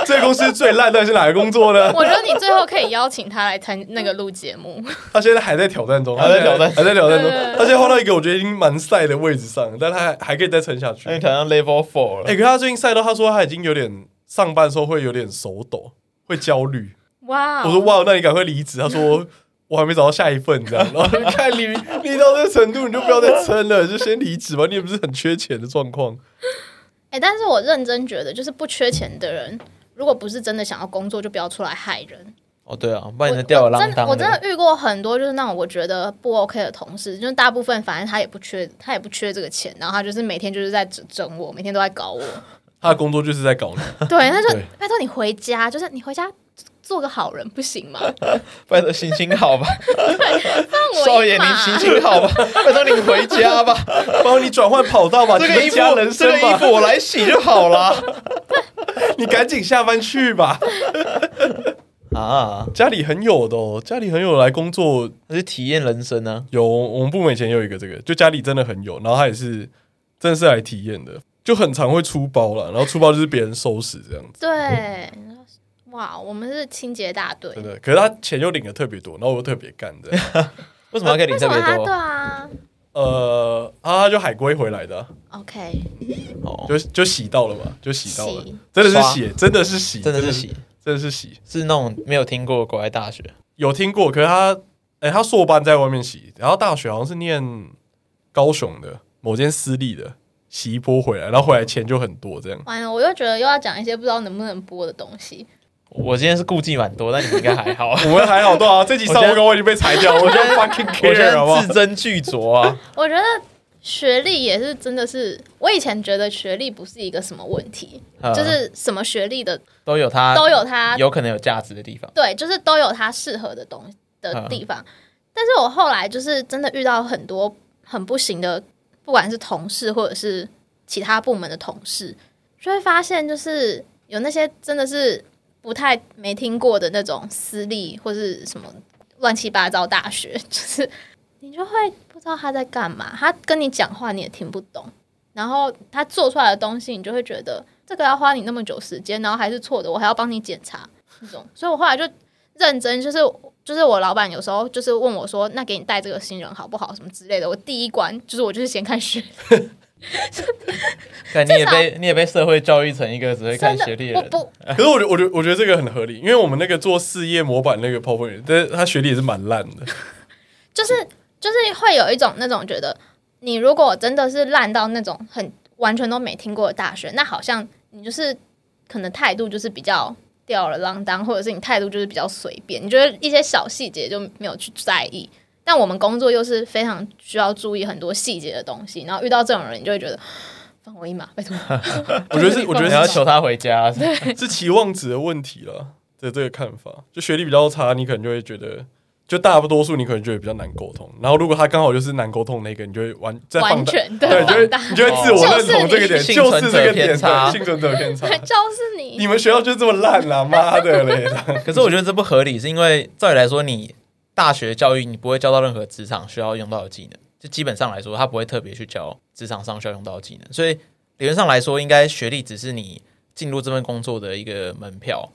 Speaker 2: 这个公司最烂到底是哪个工作呢？
Speaker 3: 我觉得你最后可以邀请他来参那个录节目，
Speaker 2: 他现在还在挑战中，
Speaker 1: 还在挑战
Speaker 2: 还在挑战中
Speaker 3: 对对对。
Speaker 2: 他现在换到一个我觉得已经蛮晒的位置上，但他还还可以再撑下去。
Speaker 1: 那你
Speaker 2: 哎、
Speaker 1: 挑战 Level Four
Speaker 3: 哎
Speaker 1: 了，
Speaker 2: 可是他最近晒到他说他已经有点上班的时候会有点手抖，会焦虑。
Speaker 1: 哦
Speaker 3: 哇！哦
Speaker 2: 我说，哇，那你赶快离职。他说。我还没找到下一 份，这样，然后就看你你到这个程度，你就不要再撑了，就先离职吧。你也不是很缺钱的状况，
Speaker 3: 哎，但是我认真觉得，就是不缺钱的人，如果不是真的想要工作，就不要出来害人。
Speaker 1: 哦对啊，不然你就吊儿郎当
Speaker 3: 我真的。我真的遇过很多就是那种我觉得不 OK 的同事，就是大部分反正他也不缺，他也不缺这个钱，然后他就是每天就是在整整我，每天都在搞我。
Speaker 2: 他的工作就是在搞你。
Speaker 3: 对，他就
Speaker 2: 对
Speaker 3: 拜托你回家，就是你回家做个好人不行吗？
Speaker 1: 拜托行行好吧，
Speaker 3: 放
Speaker 1: 少
Speaker 3: 我
Speaker 1: 爷
Speaker 3: 一
Speaker 1: 您
Speaker 3: 马。
Speaker 1: 行行好 吧，拜托您回家吧。
Speaker 2: 帮你转换跑道吧，
Speaker 1: 这
Speaker 2: 你
Speaker 1: 个
Speaker 2: 们
Speaker 1: 衣服
Speaker 2: 家人，
Speaker 1: 这个
Speaker 2: 生
Speaker 1: 衣
Speaker 2: 吧，
Speaker 1: 服我来洗就好 了
Speaker 2: 你赶紧下班去吧。
Speaker 1: 啊！
Speaker 2: 家里很有的哦，家里很有来工作，
Speaker 1: 那是体验人生啊呢、
Speaker 2: 有我们部门以前也有一个这个，就家里真的很有，然后他也是真的是来体验的，就很常会出包了，然后出包就是别人收拾这样子，
Speaker 3: 对，哇，我们是清洁大队
Speaker 2: 真。的。可是他钱又领的特别多，然后我又特别干这样，
Speaker 1: 为什么他可以领
Speaker 3: 为
Speaker 1: 特
Speaker 3: 什么
Speaker 1: 别
Speaker 3: 他对
Speaker 1: 多？
Speaker 3: 啊？
Speaker 2: 呃啊，就海归回来的啊、
Speaker 3: OK，
Speaker 1: 哦，
Speaker 2: 就就洗到了嘛，就洗到了
Speaker 3: 洗，
Speaker 2: 真的是
Speaker 1: 刷
Speaker 2: 洗，真的是洗，
Speaker 1: 真的是洗，
Speaker 2: 真的是洗。
Speaker 1: 是那种没有听过国外大学
Speaker 2: 有听过，可是他，哎、他硕班在外面洗，然后大学好像是念高雄的某间私立的，洗一波回来，然后回来钱就很多，这样。
Speaker 3: 完了，我又觉得又要讲一些不知道能不能播的东西。
Speaker 1: 我今天是顾忌蛮多，但你们应该还 好。
Speaker 2: 我们还好多啊少？这集上
Speaker 1: 我觉得
Speaker 2: 不 跟我已经被裁掉， 我觉得 fucking
Speaker 1: 我觉
Speaker 2: care 好不
Speaker 1: 得
Speaker 2: 好
Speaker 1: 字？斟句酌啊，
Speaker 3: 我觉得学历也是真的是，我以前觉得学历不是一个什么问题，
Speaker 1: 呃
Speaker 3: 就是什么学历的
Speaker 1: 都有它
Speaker 3: 都有它
Speaker 1: 有可能有价值的地方。
Speaker 3: 对，就是都有它适合的东的地方。但是我后来就是真的遇到很多很不行的，不管是同事或者是其他部门的同事，就会发现就是有那些真的是不太没听过的那种私立或是什么乱七八糟大学， 就是你就会不知道他在干嘛，他跟你讲话你也听不懂，然后他做出来的东西你就会觉得这个要花你那么久时间，然后还是错的，我还要帮你检查那种，所以我后来就认真就是。就是我老板有时候就是问我说：“那给你带这个新人好不好？什么之类的。”我第一关就是我就是先看学
Speaker 1: 但你也被你也被社会教育成一个只会看
Speaker 3: 真的
Speaker 1: 学历的
Speaker 3: 我
Speaker 1: 人，
Speaker 3: 不
Speaker 2: 可是我觉得，我觉得，我觉得这个很合理，因为我们那个做事业模板那个 PowerPoint，但是他学历也是蛮烂 的。
Speaker 3: 就是就是会有一种那种觉得，你如果真的是烂到那种很完全都没听过的大学，那好像你就是可能态度就是比较吊儿郎当，或者是你态度就是比较随便，你觉得一些小细节就没有去在意。但我们工作又是非常需要注意很多细节的东西，然后遇到这种人，你就会觉得放我一马，拜托。
Speaker 2: 我觉得是，我觉
Speaker 1: 你
Speaker 2: 得
Speaker 1: 要
Speaker 2: 是
Speaker 1: 求他回家，啊
Speaker 2: 是期望值的问题了的这个看法。就学历比较差，你可能就会觉得，就大多数你可能觉得比较难沟通。然后如果他刚好就是难沟通那个，你就会完再放
Speaker 3: 完
Speaker 2: 大，
Speaker 3: 全
Speaker 2: 对，
Speaker 3: 对
Speaker 2: 你就会
Speaker 3: 放大，
Speaker 2: 你就会自我认同这个点，
Speaker 1: 就是你
Speaker 2: 哦就是这个
Speaker 1: 幸存者
Speaker 2: 点
Speaker 1: 偏差
Speaker 2: 对幸存者偏差。
Speaker 3: 就是你
Speaker 2: 你们学校就这么烂啦，妈的嘞！
Speaker 1: 可是我觉得这不合理，是因为照理来说，你大学教育你不会教到任何职场需要用到的技能，就基本上来说，他不会特别去教职场上需要用到的技能。所以理论上来说，应该学历只是你进入这份工作的一个门票，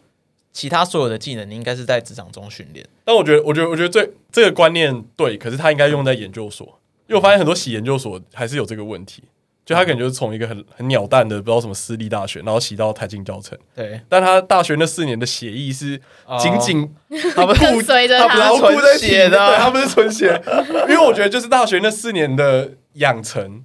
Speaker 1: 其他所有的技能你应该是在职场中训练。
Speaker 2: 但我觉得，我觉得，我觉得最这个观念对，可是他应该用在研究所，因为我发现很多洗研究所还是有这个问题，就他可能就是从一个很很鸟蛋的不知道什么私立大学，然后洗到台经教程，
Speaker 1: 对，
Speaker 2: 但他大学那四年的协议是仅仅
Speaker 1: 他们
Speaker 3: 跟随着
Speaker 1: 哦他不
Speaker 3: 他
Speaker 1: 是
Speaker 2: 牢固在
Speaker 1: 纯写的啊
Speaker 2: 对他不是纯写，因为我觉得就是大学那四年的养成，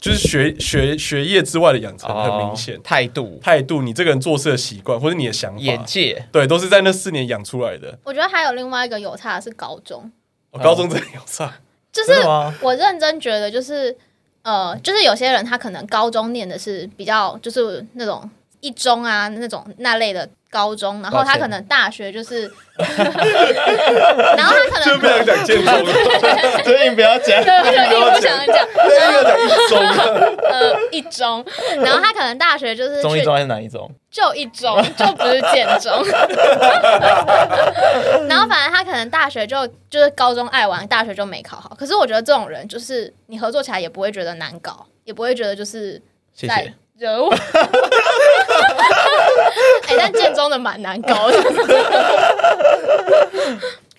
Speaker 2: 就是学学学业之外的养成很明显，
Speaker 1: 哦态度、
Speaker 2: 态度，你这个人做事的习惯或者你的想
Speaker 1: 眼
Speaker 2: 法，
Speaker 1: 界，
Speaker 2: 对，都是在那四年养出来的。
Speaker 3: 我觉得还有另外一个有差的是高中，
Speaker 2: 我高
Speaker 1: 哦
Speaker 2: 中真的有差，
Speaker 3: 就是
Speaker 1: 真的吗？
Speaker 3: 我认真觉得，就是呃，就是有些人他可能高中念的是比较就是那种一中啊那种那类的高中，然后
Speaker 1: 抱
Speaker 3: 他
Speaker 1: 歉
Speaker 3: 可能大学就是， 然后 他可
Speaker 2: 就
Speaker 3: 能
Speaker 2: 不想讲建中了，
Speaker 1: 所以你不要讲
Speaker 3: 对，我就不想讲
Speaker 2: 不想讲一中 了。
Speaker 3: 呃一中，然后他可能大学就是
Speaker 1: 中一
Speaker 3: 去
Speaker 1: 中还是哪一中？
Speaker 3: 就一中，就不是建中。 然后反正他可能大学就就是高中爱玩，大学就没考好。可是我觉得这种人就是你合作起来也不会觉得难搞，也不会觉得就是
Speaker 1: 谢
Speaker 3: 在
Speaker 1: 谢。
Speaker 3: 惹我。哎、但建中的蛮难搞的。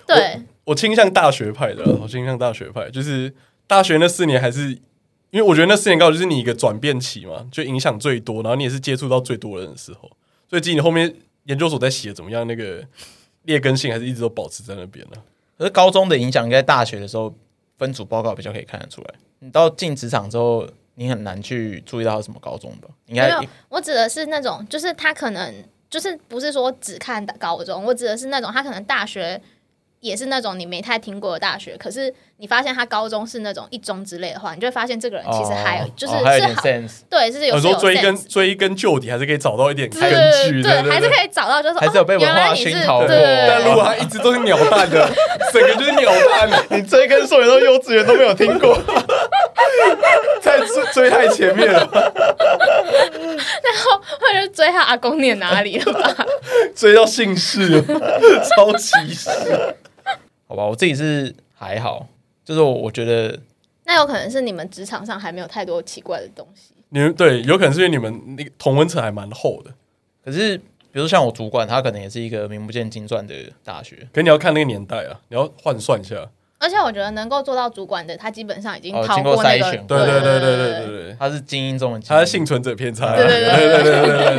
Speaker 3: 对，
Speaker 2: 我倾向大学派的啦，我倾向大学派，就是大学那四年还是。因为我觉得那四年刚好就是你一个转变期嘛，就影响最多，然后你也是接触到最多人的时候，所以其实你后面研究所在写怎么样，那个劣根性还是一直都保持在那边啊呢、
Speaker 1: 可是高中的影响，应该大学的时候分组报告比较可以看得出来。你到进职场之后，你很难去注意到什么高中吧？应
Speaker 3: 没
Speaker 1: 该
Speaker 3: 有，我指的是那种，就是他可能就是不是说只看高中，我指的是那种他可能大学也是那种你没太听过的大学，可是你发现他高中是那种一中之类的话，你就会发现这个人其实还、
Speaker 1: 哦
Speaker 3: 就是、
Speaker 1: 哦还有
Speaker 3: 是
Speaker 1: 点
Speaker 3: 好，
Speaker 1: sense，
Speaker 3: 对，是有
Speaker 2: 有时
Speaker 3: 是有
Speaker 2: 候哦追
Speaker 3: sense
Speaker 2: 根追根究底，还是可以找到一点根
Speaker 3: 对对
Speaker 2: 据，
Speaker 3: 对对
Speaker 2: 对，
Speaker 3: 还是可以找到，就是
Speaker 1: 还是有被
Speaker 3: 哦
Speaker 1: 文化
Speaker 3: 原来你是
Speaker 1: 熏陶过
Speaker 3: 对对对
Speaker 2: 但
Speaker 3: 对
Speaker 2: 如果他一直都是鸟蛋 的，整个就是鸟蛋，
Speaker 1: 你追根溯源到幼稚园都没有听过，
Speaker 2: 在追追太前面了，
Speaker 3: 或者是追他阿公念哪里了吧？
Speaker 2: 追到姓 氏，超歧视。
Speaker 1: 好吧？我自己是还好，就是我我觉得
Speaker 3: 那有可能是你们职场上还没有太多奇怪的东西。
Speaker 2: 你们对，有可能是因为你们那个同温层还蛮厚的，
Speaker 1: 可是。比如说像我主管，他可能也是一个名不见经传的大学，
Speaker 2: 可你要看那个年代啊，你要换算一下，
Speaker 3: 而且我觉得能够做到主管的，他基本上已经
Speaker 1: 哦
Speaker 3: 逃
Speaker 1: 经过
Speaker 3: 过那
Speaker 1: 筛
Speaker 3: 个，
Speaker 1: 选过
Speaker 2: 对对对对对对对，
Speaker 1: 他是精英中的精
Speaker 2: 他
Speaker 1: 英
Speaker 2: 是。幸存者偏差，啊
Speaker 3: 对对对对对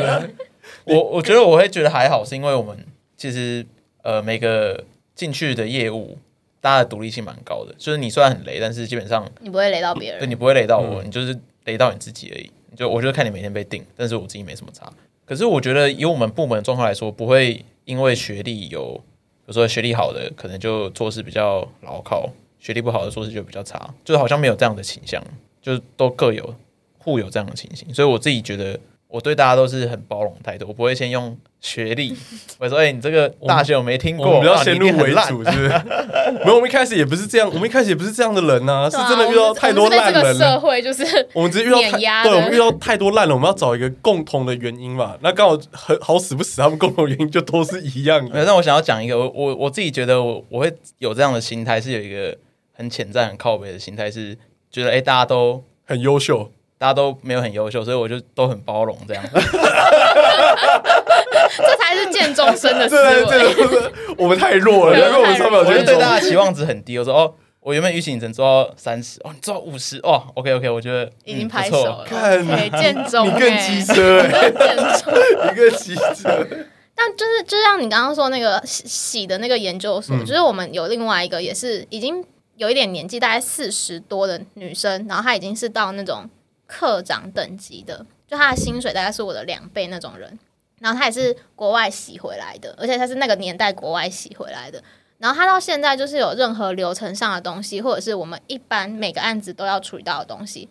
Speaker 3: 对
Speaker 1: 我我觉得我会觉得还好，是因为我们其实呃每个进去的业务，大家的独立性蛮高的。就是你虽然很雷，但是基本上
Speaker 3: 你不会雷到别
Speaker 1: 对
Speaker 3: 人。
Speaker 1: 你不会雷到
Speaker 2: 嗯
Speaker 1: 我，你就是雷到你自己而已。你就我就看你每天被定，但是我自己没什么差。可是我觉得以我们部门的状况来说，不会因为学历有，比如说学历好的可能就做事比较牢靠，学历不好的做事就比较差，就是好像没有这样的倾向，就是都各有互有这样的情形。所以我自己觉得。我对大家都是很包容的态度，我不会先用学历， 我说：“哎、你这个大学我没听
Speaker 2: 我
Speaker 1: 过，
Speaker 2: 们比
Speaker 1: 啊
Speaker 2: 较
Speaker 1: 你
Speaker 2: 先
Speaker 1: 一
Speaker 2: 入
Speaker 1: 定很
Speaker 2: 为
Speaker 1: 烂
Speaker 2: 主，是不 是？没有，我们一开始也不是这样，我们一开始也不是这样的人呐、是
Speaker 3: 对啊
Speaker 2: 真的遇
Speaker 3: 我
Speaker 2: 到
Speaker 3: 们
Speaker 2: 太
Speaker 3: 我
Speaker 2: 多
Speaker 3: 们是
Speaker 2: 烂
Speaker 3: 被这个
Speaker 2: 人了。
Speaker 3: 社会就是
Speaker 2: 我们只是遇到太
Speaker 3: 碾压的
Speaker 2: 对，我们遇到太多烂了，我们要找一个共同的原因嘛。那刚好很好死不死，他们共同原因就都是一样
Speaker 1: 没有，
Speaker 2: 的。
Speaker 1: 但我想要讲一个，我我我自己觉得我我会有这样的心态，是有一个很潜在、很靠北的心态，是觉得哎、诶大家都
Speaker 2: 很优秀，
Speaker 1: 大家都没有很优秀，所以我就都很包容这样。
Speaker 3: 这才是见众生 的思
Speaker 2: 这
Speaker 3: 维。
Speaker 2: 这就是我们太弱了，
Speaker 3: 对
Speaker 2: 难怪我们三秒
Speaker 1: 我
Speaker 2: 就
Speaker 1: 就
Speaker 2: 中
Speaker 1: 对大家的期望值很低，我说哦，我原本预期你只能做到三十，哦，你做到五十，哦，OK OK，我觉得
Speaker 3: 已经
Speaker 1: 嗯不
Speaker 3: 拍手
Speaker 1: 错
Speaker 3: 了，
Speaker 2: 看
Speaker 3: 对，见众
Speaker 2: 你更机
Speaker 3: 欸，
Speaker 2: 车、欸，
Speaker 3: 见众。
Speaker 2: 你更机车。
Speaker 3: 但就是就像你刚刚说那个洗洗的那个研究所，就是我们有另外一个也是已经有一点年纪，大概四十多的女生，然后她已经是到那种课长等级的，就她的薪水大概是我的两倍那种人。然后她也是国外洗回来的，而且她是那个年代国外洗回来的。然后她到现在就是有任何流程上的东西，或者是我们一般每个案子都要处理到的东西，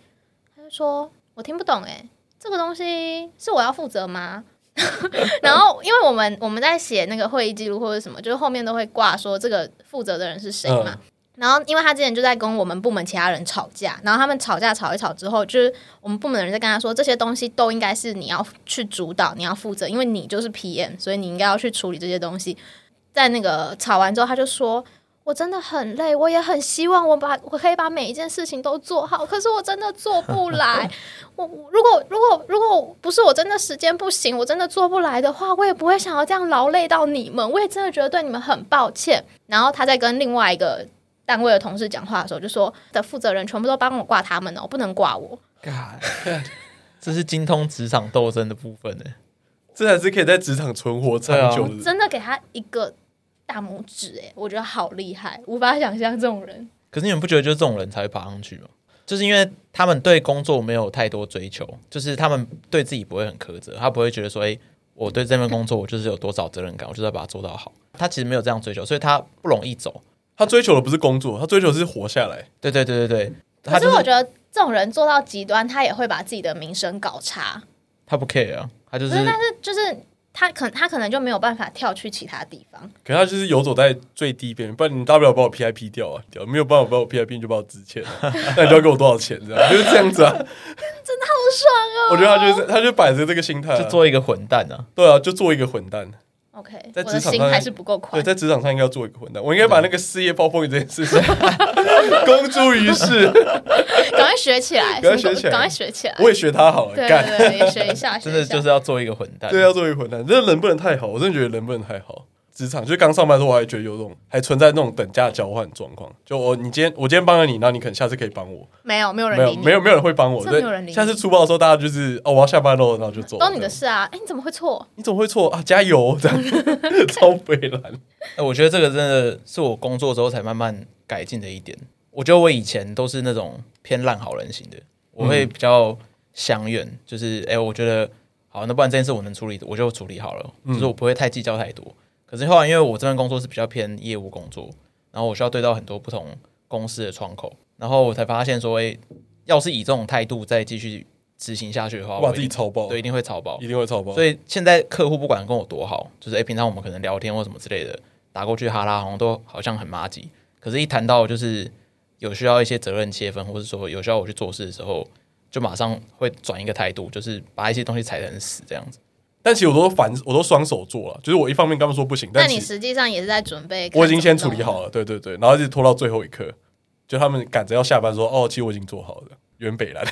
Speaker 3: 她就说：“我听不懂诶、这个东西是我要负责吗？” 然后，因为我们我们在写那个会议记录或者什么，就是后面都会挂说这个负责的人是谁嘛。然后，因为他之前就在跟我们部门其他人吵架，然后他们吵架吵一吵之后，就是我们部门的人在跟他说，这些东西都应该是你要去主导，你要负责，因为你就是 PM，所以你应该要去处理这些东西。在那个吵完之后，他就说。我真的很累，我也很希望我把我可以把每一件事情都做好，可是我真的做不 来。我我如果如果如果不是我真的时间不行，我真的做不来的话，我也不会想要这样劳累到你们，我也真的觉得对你们很抱歉。然后他在跟另外一个单位的同事讲话的时候，就说的负责人全部都帮我挂他们哦，不能挂我。
Speaker 1: God，这是精通职场斗争的部分呢。欸
Speaker 2: 这才是可以在职场存活长久的。
Speaker 3: 真的给他一个大拇指，哎，我觉得好厉害，无法想象这种人。
Speaker 1: 可是你们不觉得就是这种人才会爬上去吗？就是因为他们对工作没有太多追求，就是他们对自己不会很苛责，他不会觉得说，哎、我对这份工作我就是有多少责任感，我就是要把它做到好。他其实没有这样追求，所以他不容易走。
Speaker 2: 他追求的不是工作，他追求的是活下来。
Speaker 1: 对对对对对，他
Speaker 3: 可
Speaker 1: 就是
Speaker 3: 我
Speaker 1: 是
Speaker 3: 觉得这种人做到极端，他也会把自己的名声搞差。
Speaker 1: 他不 care 啊，他就是
Speaker 3: 不是，但是就是他可他可能就没有办法跳去其他地方。
Speaker 2: 可是他就是游走在最低边，不然你大不了把我 PIP 掉啊，屌没有办法把我 PIP 你就把我 值钱、啊，那你就要给我多少钱这样，就是这样子啊。真的好爽哦！我觉得他就是他就摆着这个心态、啊，
Speaker 1: 就做一个混蛋啊。
Speaker 2: 对啊，就做一个混蛋。
Speaker 3: OK，
Speaker 2: 在
Speaker 3: 我
Speaker 2: 职
Speaker 3: 的
Speaker 2: 场
Speaker 3: 心
Speaker 2: 上
Speaker 3: 还是不够宽
Speaker 2: 对，。在职场上应该要做一个混蛋，我应该把那个事业暴风雨这件事 情公诸于世。
Speaker 3: 赶快学起来，
Speaker 2: 赶快学起来
Speaker 3: 赶快学起来。
Speaker 2: 我也学他好了，
Speaker 3: 对
Speaker 2: 干。
Speaker 3: 对对，也学 一下，
Speaker 1: 真
Speaker 3: 学
Speaker 1: 的
Speaker 3: 一下
Speaker 1: 就是要做一个混蛋，
Speaker 2: 对，啊要作为混蛋，这人不能太好，我真的觉得人不能太好。职场就是刚上班的时候，我还觉得有种还存在那种等价交换状况，就我你今天我今天帮了你，那你可能下次可以帮我，
Speaker 3: 没有没有
Speaker 2: 没
Speaker 3: 人
Speaker 2: 有
Speaker 3: 理你，
Speaker 2: 没有没有人会帮我，
Speaker 3: 真的没有人理
Speaker 2: 对
Speaker 3: 你
Speaker 2: 下次出包的时候，大家就是哦我要下班喽，然后就走了。
Speaker 3: 都你的
Speaker 2: 这样
Speaker 3: 事啊。哎，你怎么会错？
Speaker 2: 你怎么会错啊？加油， 这样超悲蓝。
Speaker 1: 哎我觉得这个真的是我工作之后才慢慢改进的一点。我觉得我以前都是那种偏烂好人型的，我
Speaker 2: 嗯
Speaker 1: 会比较相怨，就是哎、我觉得好，那不然这件事我能处理，我就处理好了，
Speaker 2: 嗯
Speaker 1: 就是我不会太计较太多。可是后来因为我这份工作是比较偏业务工作，然后我需要对到很多不同公司的窗口，然后我才发现说，哎、要是以这种态度再继续执行下去的话，
Speaker 2: 把
Speaker 1: 我
Speaker 2: 自己
Speaker 1: 一定
Speaker 2: 超爆，
Speaker 1: 对一定会超爆
Speaker 2: 一。定会超爆。
Speaker 1: 所以现在客户不管跟我多好，就是诶，平常我们可能聊天或什么之类的，打过去哈拉，好像都好像很麻吉。可是，一谈到就是有需要一些责任切分，或是说有需要我去做事的时候，就马上会转一个态度，就是把一些东西踩得很死这样子。
Speaker 2: 但其实我都反，我都双手做了，就是我一方面跟他们说不行，
Speaker 3: 那
Speaker 2: 但
Speaker 3: 你
Speaker 2: 其实
Speaker 3: 实际上也是嗯在准备。
Speaker 2: 我已经先处理。好了，对对对，然后一直拖到最后一刻，就他们赶着要下班说哦，其实我已经做好了，原北蓝。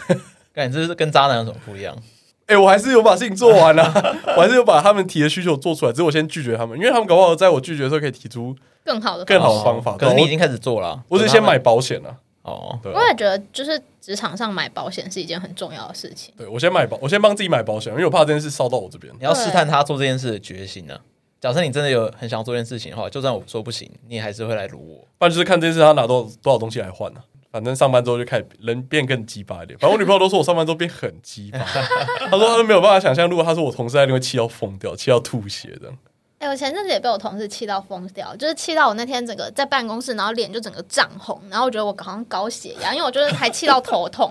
Speaker 1: 感觉这是跟渣男有什么不一样？
Speaker 2: 哎、我还是有把事情做完了、啊 我还是有把他们提的需求做出来，只是我先拒绝他们，因为他们搞不好在我拒绝的时候可以提出，
Speaker 3: 更好的
Speaker 2: 更好
Speaker 3: 方
Speaker 2: 的方法
Speaker 1: 哦可是你已经开始做了啊，
Speaker 2: 我只是
Speaker 1: 等
Speaker 2: 先
Speaker 1: 他们
Speaker 2: 买保险了、
Speaker 1: 哦，
Speaker 2: 对
Speaker 3: 式。
Speaker 2: 啊
Speaker 3: 我也觉得，就是职场上买保险是一件很重要的事情。
Speaker 2: 对，我先买保，我先帮自己买保险，因为我怕这件事烧到我这边。
Speaker 1: 你要试探他做这件事的决心呢、假设你真的有很想做这件事情的话，就算我说不行，你也还是会来撸我。
Speaker 2: 不然就是看这件事他拿多少多少东西来换呢、啊反正上班之后就开始人变更鸡巴一点。反正我女朋友都说我上班之后变很鸡巴，她说她都没有办法想象，如果她说我同事在那边气到疯掉，气到吐血这样。
Speaker 3: 哎、我前阵子也被我同事气到疯掉，就是气到我那天整个在办公室，然后脸就整个涨红，然后我觉得我好像高血压，因为我就是还气到头 痛，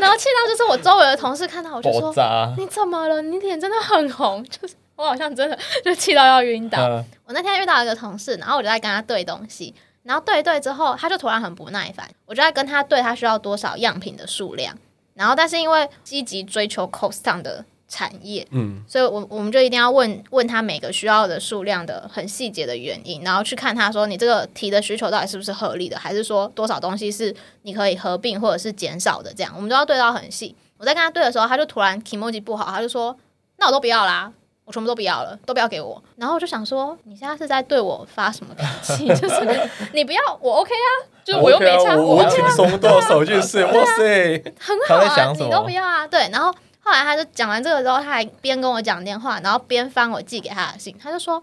Speaker 3: 然后气到就是我周围的同事看到我就
Speaker 1: 爆
Speaker 3: 说
Speaker 1: 炸：“！
Speaker 3: 你怎么了？你脸真的很红。” 就是我好像真的就气到要晕倒。
Speaker 2: 呃
Speaker 1: 嗯
Speaker 3: 我那天遇到一个同事，然后我就在跟他对东西，然后对一对之后，他就突然很不耐烦，我就在跟他对他需要多少样品的数量，然后但是因为积极追求 cost down 的产业，
Speaker 2: 嗯，
Speaker 3: 所以我我们就一定要问问他每个需要的数量的很细节的原因，然后去看他说你这个提的需求到底是不是合理的，还是说多少东西是你可以合并或者是减少的，这样我们都要对到很细。我在跟他对的时候，他就突然 e m o j i 不好，他就说那我都不要啦。我全部都不要了，都不要给我。然后我就想说，你现在是在对我发什么脾气？ 就是你不要我 OK 啊，就是我又没
Speaker 2: 啊
Speaker 3: 差，
Speaker 2: 我我
Speaker 3: OK
Speaker 2: 轻
Speaker 3: 啊
Speaker 2: 松多少少一件事，哇塞！
Speaker 3: 很
Speaker 1: 他
Speaker 3: 好啊，
Speaker 1: 在想什么
Speaker 3: 你都不要啊。对，然后后来他就讲完这个之后，他还边跟我讲电话，然后边翻我寄给他的信，他就说。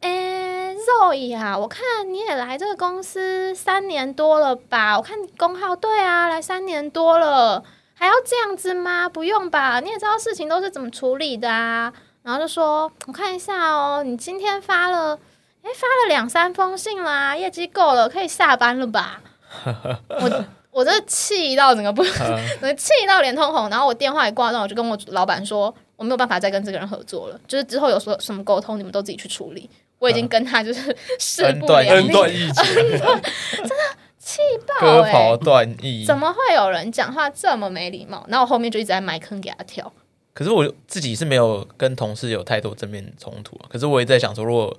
Speaker 3: 诶，肉姨啊，我看你也来这个公司三年多了吧？我看你工号对啊，来三年多了，还要这样子吗？不用吧，你也知道事情都是怎么处理的啊。然后就说，我看一下哦，你今天发了，诶，发了两三封信啦，业绩够了，可以下班了 吧？我我这气到整个不
Speaker 2: 啊
Speaker 1: 嗯
Speaker 3: 我气到脸通红，然后我电话一挂断，我就跟我老板说，我没有办法再跟这个人合作了，就是之后有说什么沟通，你们都自己去处理。我已经跟他就是势
Speaker 1: 恩
Speaker 3: 不
Speaker 1: 断
Speaker 3: 两
Speaker 1: 义
Speaker 2: 啊恩
Speaker 3: 立，
Speaker 2: 断义解，
Speaker 3: 爆
Speaker 1: 割
Speaker 3: 欸
Speaker 1: 袍断义。
Speaker 3: 怎么会有人讲话这么没礼貌？然后我后面就一直在埋坑给他跳。
Speaker 1: 可是我自己是没有跟同事有太多正面冲突、啊，可是我也在想说，如果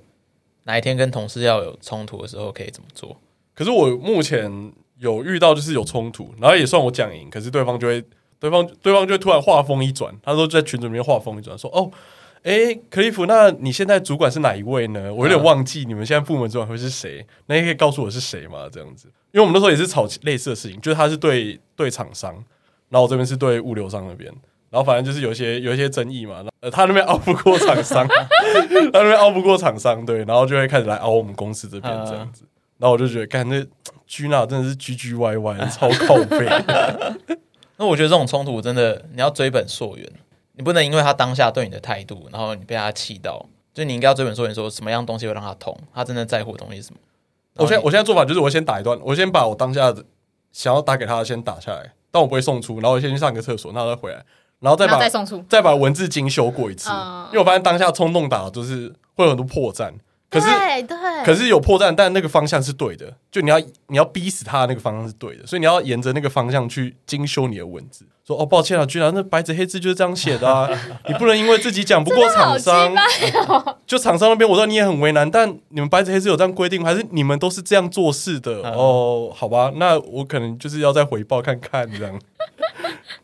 Speaker 1: 哪一天跟同事要有冲突的时候，可以怎么做？
Speaker 2: 可是我目前有遇到就是有冲突，然后也算我讲赢，可是对方就会对方对方就会突然话锋一转，他说在群组里面话锋一转，说哦。诶，克利夫，那你现在主管是哪一位呢？我有点忘记你们现在部门主管会是谁，那你可以告诉我是谁吗？这样子，因为我们那时候也是吵类似的事情，就是他是对对厂商，然后我这边是对物流商那边，然后反正就是有一些有一些争议嘛，呃，他那边拗不过厂商，他那边拗不过厂商，对，然后就会开始来拗我们公司这边这样子，然后我就觉得，干这居娜真的是居居歪歪，超靠背，
Speaker 1: 那我觉得这种冲突真的，你要追本溯源，你不能因为他当下对你的态度，然后你被他气到，就你应该要追本溯源，说什么样东西会让他痛，他真的在乎的东西是什么。
Speaker 2: 我现在
Speaker 1: 然后
Speaker 2: 我现在做法就是，我先打一段，我先把我当下的想要打给他的先打下来，但我不会送出，然后我先去上个厕所，然后再回来，然后再
Speaker 3: 然后
Speaker 2: 把
Speaker 3: 再送出，
Speaker 2: 再把文字精修过一次，
Speaker 3: 嗯
Speaker 2: 因为我发现当下冲动打就是会有很多破绽，可是
Speaker 3: 对对，
Speaker 2: 可是有破绽，但那个方向是对的，就你要你要逼死他的那个方向是对的，所以你要沿着那个方向去精修你的文字。说哦，抱歉啊，居然那白纸黑字就是这样写的 啊，你不能因为自己讲不过厂
Speaker 3: 哦
Speaker 2: 商，嗯就厂商那边我知道你也很为难，但你们白纸黑字有这样规定吗，还是你们都是这样做事的？
Speaker 1: 嗯
Speaker 2: 哦，好吧，那我可能就是要再回报看看这样，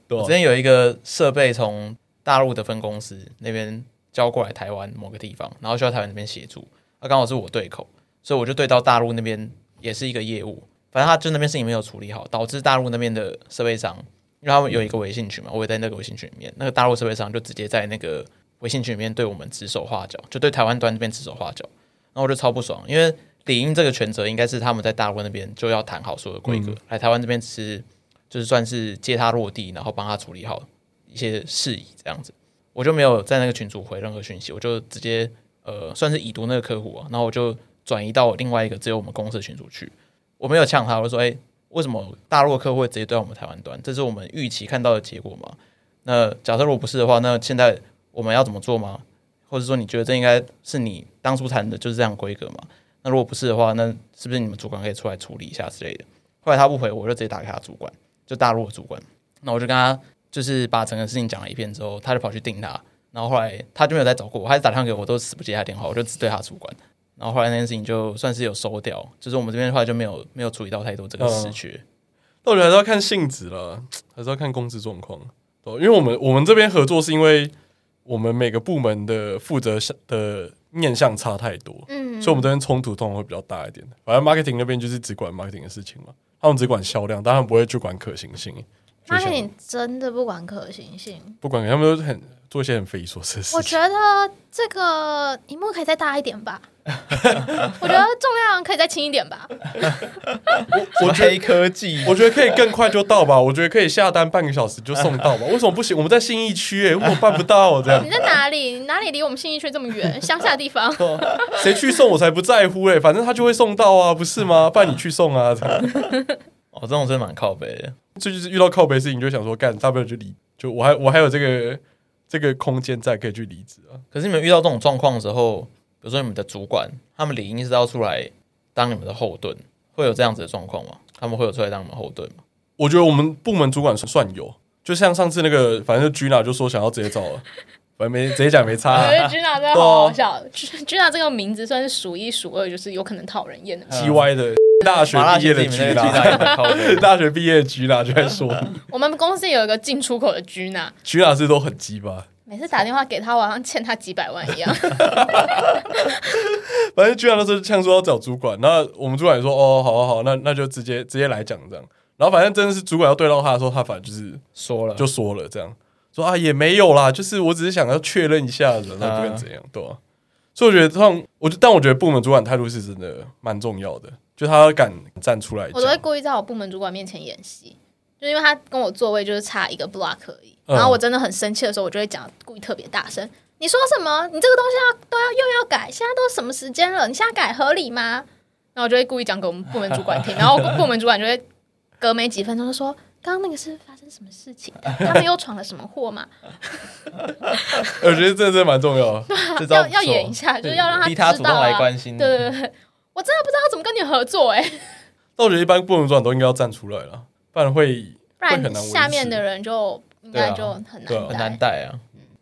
Speaker 2: 对
Speaker 1: 我
Speaker 2: 啊吧
Speaker 1: 之？前有一个设备从大陆的分公司那边交过来台湾某个地方，然后需要台湾那边协助，那刚好是我对口，所以我就对到大陆那边也是一个业务，反正他就那边事情没有处理好，导致大陆那边的设备商，因为他们有一个微信群嘛，我也在那个微信群里面，那个大陆设备商就直接在那个微信群里面对我们指手画脚，就对台湾端这边指手画脚，然后我就超不爽，因为理应这个权责应该是他们在大陆那边就要谈好所有的规格，来台湾这边只是就是算是接他落地，然后帮他处理好一些事宜这样子。我就没有在那个群组回任何讯息，我就直接呃算是已读那个客户啊，然后我就转移到另外一个只有我们公司的群组去。我没有呛他，我就说：“哎、为什么大陆的客户会直接对到我们台湾端？这是我们预期看到的结果吗？那假设如果不是的话，那现在我们要怎么做吗？或者说你觉得这应该是你当初谈的就是这样的规格吗？那如果不是的话，那是不是你们主管可以出来处理一下之类的？”后来他不回，我就直接打给他主管。就大陆的主管。那我就跟他就是把整个事情讲了一遍之后，他就跑去定他，然后后来他就没有再找过我，他一直打电话给我，我都死不接他电话，我就只对他主管。然后后来那件事情就算是有收掉，就是我们这边的话就没有没有处理到太多这个
Speaker 2: 嗯
Speaker 1: 失缺。
Speaker 2: 那我觉得还是要看性质了，还是要看公司状况。哦，因为我们我们这边合作是因为我们每个部门的负责项的面向差太多，
Speaker 3: 嗯，
Speaker 2: 所以我们这边冲突通常会比较大一点。反正 marketing 那边就是只管 marketing 的事情嘛，他们只管销量，但他们不会去管可行性。就像
Speaker 3: marketing 真的不管可行性，
Speaker 2: 不管他们都很做一些很匪夷所思的事
Speaker 3: 我
Speaker 2: 情
Speaker 3: 觉。得这个荧幕可以再大一点吧，我觉得重量可以再轻一点吧。
Speaker 1: 我黑科技，
Speaker 2: 我觉得可以更快就到吧，我觉得可以下单半个小时就送到吧，为什么不行？我们在信义区、欸，为什么办不到？这样
Speaker 3: 你在哪里？你哪里离我们信义区这么远？乡下地方
Speaker 2: 谁去送我才不在乎嘞、欸反正他就会送到啊，不是吗？不然你去送啊，这样。
Speaker 1: 哦，这种真的蛮靠背的。
Speaker 2: 这就是遇到靠背事情，你就想说干，大不了就离，就我还我还有这个这个空间在，可以去离职啊。
Speaker 1: 可是你们遇到这种状况的时候，比如说你们的主管，他们理应是要出来当你们的后盾，会有这样子的状况吗？他们会有出来当你们后盾吗？
Speaker 2: 我觉得我们部门主管算有，就像上次那个，反正就 Gina 就说想要直接找，反正没直接讲没差、
Speaker 3: 我觉
Speaker 1: 哎
Speaker 2: 啊。
Speaker 3: 得 Gina 真的好好笑。Gina 这个名字算是数一数二，就是有可能讨人厌的。
Speaker 2: G Y 的大学
Speaker 1: 麻辣
Speaker 2: 毕业
Speaker 1: 鲜里
Speaker 2: 的
Speaker 1: 面那个
Speaker 2: Gina，
Speaker 1: 巨大也蛮靠背的
Speaker 2: 大学毕业的 Gina 就在说
Speaker 3: 我们公司有一个进出口的 Gina，
Speaker 2: ，Gina 是都很鸡巴。
Speaker 3: 每次打电话给他，我好像欠他几百万一样。
Speaker 2: 反正居然那时候呛说要找主管，那我嗯们主管也说哦，好好好，那那就直接直接来讲这样。然后反正真的是主管要对到他的时候，他反正就是
Speaker 1: 说 了
Speaker 2: 就说了这样，说啊也没有啦，就是我只是想要确认一下子，那不管怎样，对啊。所以我觉得这种，我就但我觉得部门主管态度是真的蛮重要的，就他要敢站出来
Speaker 3: 我都会
Speaker 2: 讲，
Speaker 3: 故意在我部门主管面前演戏，就因为他跟我座位就是差一个 block 而已。
Speaker 2: 嗯
Speaker 3: 然后我真的很生气的时候，我就会讲故意特别大声。你说什么？你这个东西要都要又要改，现在都什么时间了？你现在改合理吗？然后我就会故意讲给我们部门主管听，然后部门主管就会隔没几分钟就说：“刚刚那个是发生什么事情？他们又闯了什么祸嘛？
Speaker 2: 我觉得这真的蛮重要的。
Speaker 1: 这招
Speaker 3: 要
Speaker 1: 不
Speaker 3: 要
Speaker 1: 错
Speaker 3: 演一下，就是要让
Speaker 1: 逼他
Speaker 3: 知
Speaker 1: 主
Speaker 3: 道
Speaker 1: 动来
Speaker 3: 啊。”
Speaker 1: 关心
Speaker 3: 对
Speaker 1: 你。
Speaker 3: 对对对，我真的不知道怎么跟你合作哎、
Speaker 2: 但我觉得一般部门主管都应该要站出来了，不然会
Speaker 3: 不
Speaker 2: 会很
Speaker 3: 然
Speaker 2: 难维
Speaker 3: 下面
Speaker 2: 持
Speaker 3: 的人就应该就很
Speaker 2: 对啊
Speaker 3: 难
Speaker 1: 很
Speaker 3: 带。
Speaker 1: 难带啊，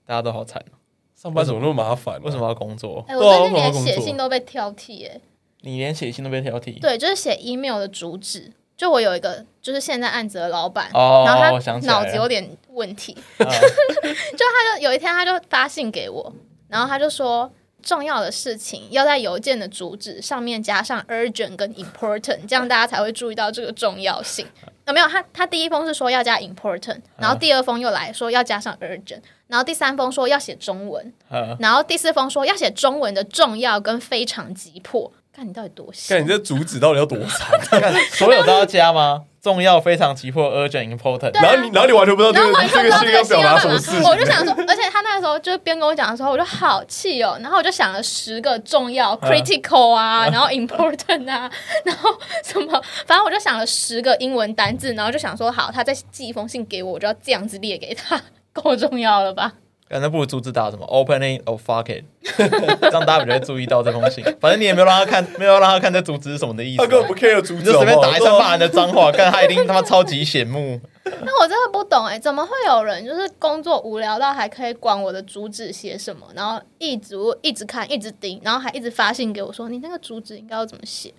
Speaker 1: 大家都好惨，啊
Speaker 2: 上班怎么那么麻烦、啊？
Speaker 1: 为什么要工作？
Speaker 3: 哎、
Speaker 2: 对啊
Speaker 3: 我最
Speaker 2: 为
Speaker 3: 近
Speaker 2: 什么要
Speaker 3: 连
Speaker 2: 工
Speaker 3: 写
Speaker 2: 作
Speaker 3: 信都被挑剔、哎，
Speaker 1: 你连写信都被挑剔，
Speaker 3: 对，就是写 email 的主旨。就我有一个，就是现在案子的老板，
Speaker 1: 哦
Speaker 3: 然后
Speaker 1: 我
Speaker 3: 他
Speaker 1: 想起来
Speaker 3: 脑
Speaker 1: 了
Speaker 3: 子有点问题，
Speaker 1: 啊
Speaker 3: 他就有一天他就发信给我，然后他就说重要的事情要在邮件的主旨上面加上 urgent 跟 important，这样大家才会注意到这个重要性。有没有？他他第一封是说要加 important，然后
Speaker 1: 嗯
Speaker 3: 第二封又来说要加上 urgent，然后第三封说要写中文，
Speaker 1: 啊
Speaker 3: 然后第四封说要写中文的重要跟非常急迫。看你到底多闲
Speaker 2: 看你这主旨到底要多啊长？
Speaker 1: 所有都要加吗？重要、非常急迫、urgent、important。
Speaker 3: 对啊
Speaker 2: 然后你，然后你完全不知道
Speaker 3: 然
Speaker 2: 这
Speaker 3: 后
Speaker 2: 个
Speaker 3: 完
Speaker 2: 这
Speaker 3: 全
Speaker 2: 个
Speaker 3: 不知道
Speaker 2: 信
Speaker 3: 这个
Speaker 2: 要
Speaker 3: 信
Speaker 2: 表达
Speaker 3: 要干
Speaker 2: 什么
Speaker 3: 嘛
Speaker 2: 事，情。
Speaker 3: 我就想说，而且他那个时候就是边跟我讲的时候，我就好气哦。然后我就想了十个重要 critical 啊，然后 important 啊，然后什么，反正我就想了十个英文单字，然后就想说，好，他再寄一封信给我，我就要这样子列给他，够重要了吧？
Speaker 1: 感觉不如阻止打什么 opening of fuck it，这 样大家比较会注意到这封信。反正你也没有让他看，没有让他看这主旨是什么的意思
Speaker 2: 他
Speaker 1: 啊。
Speaker 2: 根本不 care 主
Speaker 1: 你
Speaker 2: 旨
Speaker 1: 就
Speaker 2: 好
Speaker 1: 随便
Speaker 2: 不好，
Speaker 1: 打一串骂人的脏话，看他一定他妈超级显目。
Speaker 3: 那我真的不懂哎、怎么会有人就是工作无聊到还可以管我的主旨写什么，然后一直一直看，一直盯，然后还一直发信给我说你那个主旨应该要怎么写？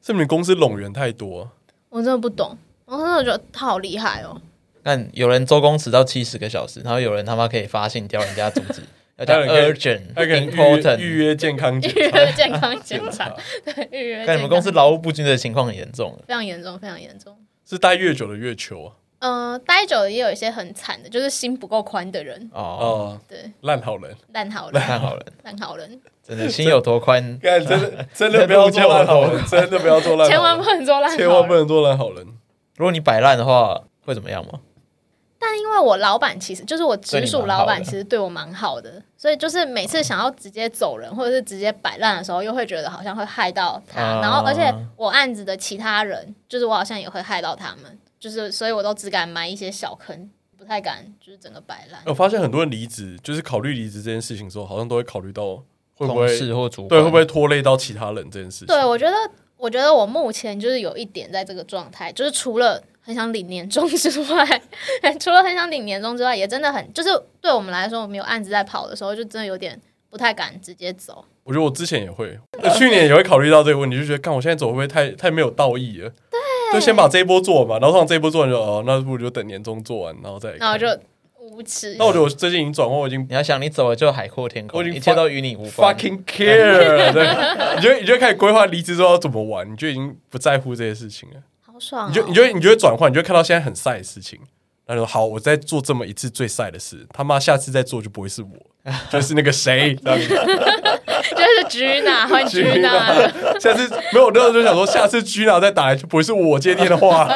Speaker 2: 是不是你公司拢人太多？
Speaker 3: 我真的不懂，我真的觉得他好厉害哦。
Speaker 1: 看有人周工迟到七十个小时，然后有人他妈可以发信挑人家主旨，要
Speaker 2: 还
Speaker 1: 讲
Speaker 2: 有人可
Speaker 1: urgent、
Speaker 2: 他可 能预
Speaker 1: important。
Speaker 2: 预约健康检
Speaker 3: 预约健康检查
Speaker 2: 查，，
Speaker 3: 对，预约健康。
Speaker 1: 看你们公司劳务不均的情况很严重了。
Speaker 3: 非常严重，非常严重。
Speaker 2: 是待越久的越求啊。
Speaker 3: 嗯，待久了也有一些很惨的，就是心不够宽的人，
Speaker 1: 哦，
Speaker 2: 哦，
Speaker 3: 对，
Speaker 2: 烂好人，
Speaker 3: 烂好
Speaker 1: 看
Speaker 3: 人，
Speaker 1: 好人，
Speaker 3: 烂好人，
Speaker 1: 真的心有多宽，
Speaker 2: 干真 的真的不要做烂好人， 真的不要做烂好人，
Speaker 3: 千万不能做烂好人。
Speaker 2: 千万不能做烂好人。
Speaker 1: 如果你摆烂的话，会怎么样吗？
Speaker 3: 但因为我老板其实就是我直属
Speaker 1: 对你蛮好
Speaker 3: 老板，
Speaker 1: 的
Speaker 3: 其实对我蛮好的，所以就是每次想要直接走人或者是直接摆烂的时候，又会觉得好像会害到他。
Speaker 1: 啊
Speaker 3: 然后，而且我案子的其他人，就是我好像也会害到他们，就是所以我都只敢埋一些小坑，不太敢就是整个摆烂。
Speaker 2: 哎
Speaker 1: 哦
Speaker 2: 我发现很多人离职，就是考虑离职这件事情的时候，好像都会考虑到会不
Speaker 1: 同
Speaker 2: 会
Speaker 1: 事或主管
Speaker 2: 对会不会拖累到其他人这件事情。
Speaker 3: 对，我觉得，我觉得我目前就是有一点在这个状态，就是除了很想领年终之外， 除了很想领年终之外，也真的很就是对我们来说，我们有案子在跑的时候，就真的有点不太敢直接走。
Speaker 2: 我觉得我之前也会，呃去年也会考虑到这个问题，就觉得干我现在走会不会太太没有道义了？对，就先把这一波做嘛，然后让这一波做完就哦，那不如就等年终做完，然后再
Speaker 3: 然后就无耻
Speaker 2: 那。我觉得我最近已经转换，我已经
Speaker 1: 你要想，你走了就海阔天空，
Speaker 2: 我已经
Speaker 1: 一切都与你无关。
Speaker 2: fucking care 了。对你就你就开始规划离职之后要怎么玩，你就已经不在乎这些事情了。
Speaker 3: 好爽、哦！
Speaker 2: 你就你就你就会转换，你就会看到现在很晒的事情，然后就说好，我再做这么一次最晒的事，他妈下次再做就不会是我，就是那个谁，这样子
Speaker 3: 就是橘 娜换橘娜了，
Speaker 2: 下次没有，那时候就想说，下次 Gina 再打来就不会是我接电话，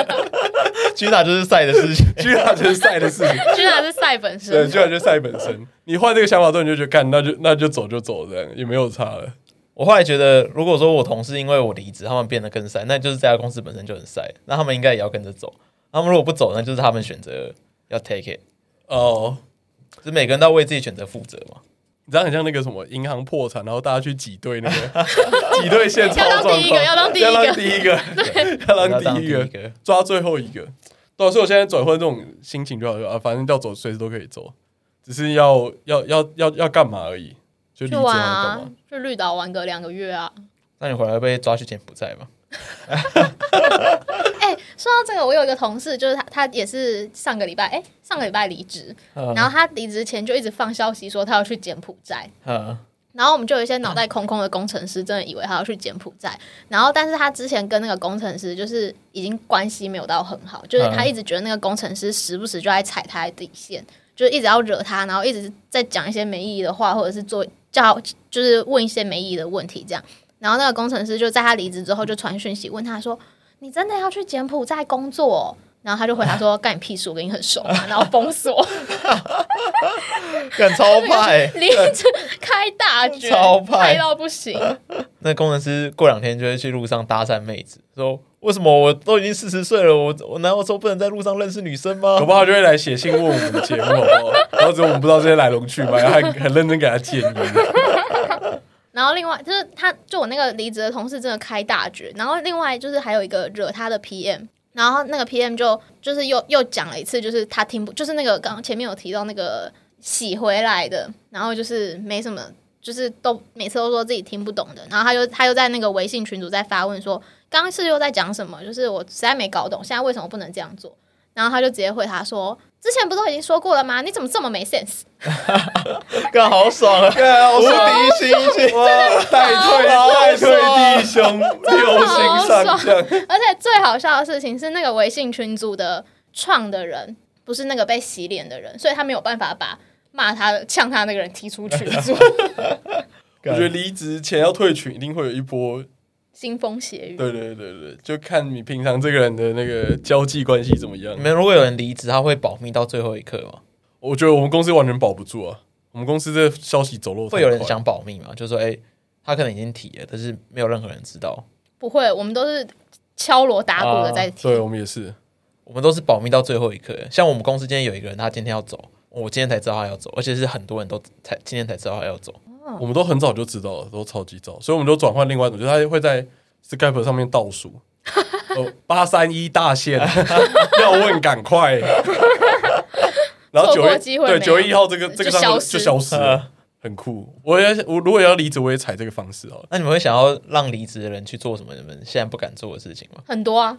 Speaker 1: 居打就是赛的事情。
Speaker 2: ，Gina 就是晒的事情，
Speaker 3: 橘娜是赛本
Speaker 2: 对
Speaker 3: 身。
Speaker 2: ，Gina 就是晒本身。你换这个想法之后，你就觉得干，那就那就走就走，这样也没有差了。
Speaker 1: 我后来觉得，如果说我同事因为我离职，他们变得更晒，那就是这家公司本身就很晒，那他们应该也要跟着走。他们如果不走，那就是他们选择要 take it，
Speaker 2: 哦，
Speaker 1: 就是每个人都要为自己选择负责嘛。
Speaker 2: 你这样很像那个什么银行破产，然后大家去挤兑那个 挤兑现钞的状况，
Speaker 3: 要当第一个
Speaker 2: 要
Speaker 3: 要
Speaker 2: 当
Speaker 3: 当
Speaker 2: 第一 个，要当第一
Speaker 1: 要
Speaker 2: 个
Speaker 1: 当第一个，
Speaker 2: 抓最后一个。对啊、所以我现在转换这种心情就好，就啊，反正要走随时都可以走，只是要要要要要干嘛而已，就离职
Speaker 3: 去
Speaker 2: 要
Speaker 3: 玩
Speaker 2: 干
Speaker 3: 啊
Speaker 2: 嘛？，
Speaker 3: 去绿岛玩个两个月啊！
Speaker 1: 那你回来被抓去柬埔寨嘛？
Speaker 3: 哎、说到这个，我有一个同事，就是他，他也是上个礼拜，哎、上个礼拜离职，
Speaker 1: 嗯
Speaker 3: 然后他离职前就一直放消息说他要去柬埔寨，
Speaker 1: 嗯，
Speaker 3: 然后我们就有一些脑袋空空的工程师，真的以为他要去柬埔寨。然后，但是他之前跟那个工程师就是已经关系没有到很好，就是
Speaker 1: 嗯
Speaker 3: 他一直觉得那个工程师时不时就在踩他的底线，就是一直要惹他，然后一直在讲一些没意义的话，或者是做叫就是问一些没意义的问题这样。然后那个工程师就在他离职之后就传讯息问他说：“你真的要去柬埔寨工作哦、然后他就回答说：“干你屁事，我跟你很熟嘛。”然后 封锁，！
Speaker 1: 敢超派
Speaker 3: 离职开大绝，
Speaker 1: 超派
Speaker 3: 开到不行。
Speaker 1: 那工程师过两天就会去路上搭讪妹子，说为什么我都已经四十岁了，我我难道说不能在路上认识女生吗
Speaker 2: 搞？不好就会来写信问我们的节目， 好不好？然后只有我们不知道这些来龙去脉，然后还很认真给他建议。
Speaker 3: 然后另外就是他，就我那个离职的同事真的开大绝。然后另外就是还有一个惹他的 PM，然后那个 PM 就就是又又讲了一次，就是他听不，就是那个刚前面有提到那个洗回来的，然后就是没什么，就是都每次都说自己听不懂的。然后他又他又在那个微信群组在发问说，刚刚是又在讲什么？就是我实在没搞懂，现在为什么不能这样做？然后他就直接回他说，之前不都已经说过了吗？你怎么这么没 sense？
Speaker 1: 干好爽啊！
Speaker 2: 对 啊，我
Speaker 1: 无
Speaker 2: 说
Speaker 1: 敌星星，
Speaker 2: 哇，代退代退弟兄，六星上将，
Speaker 3: 而且最好笑的事情是，那个微信群组的创的人不是那个被洗脸的人，所以他没有办法把骂他、呛他那个人踢 出群组，
Speaker 2: 我觉得离职前要退群，一定会有一波。
Speaker 1: 嗯
Speaker 3: 腥风血雨。
Speaker 2: 对对对对，就看你平常这个人的那个交际关系怎么样
Speaker 1: 你。们如果有人离职，他会保密到最后一刻吗？
Speaker 2: 我觉得我们公司完全保不住啊，我们公司这消息走漏太快
Speaker 1: 会有人想保密吗？就说哎、他可能已经提了，但是没有任何人知道。
Speaker 3: 不会，我们都是敲锣打鼓
Speaker 2: 啊
Speaker 1: 啊
Speaker 3: 的在踢。
Speaker 2: 对我们也是，
Speaker 1: 我们都是保密到最后一刻。像我们公司今天有一个人，他今天要走，我今天才知道他要走，而且是很多人都才今天才知道他要走。
Speaker 3: 嗯
Speaker 2: 我们都很早就知道了，都超级早，所以我们都转换另外一种，就是他会在 Skype 上面倒 数，哦，八三一大限，要问赶 快。然后
Speaker 3: 错
Speaker 2: 九
Speaker 3: 过
Speaker 2: 月
Speaker 3: 机会
Speaker 2: 对
Speaker 3: 没
Speaker 2: 九
Speaker 3: 有
Speaker 2: 月一号这个
Speaker 3: 就
Speaker 2: 这个账号
Speaker 3: 消失
Speaker 2: 就消失了，很酷。我要我如果要离职，我也采这个方式好了。
Speaker 1: 那你们会想要让离职的人去做什么你们现在不敢做的事情吗？
Speaker 3: 很多啊，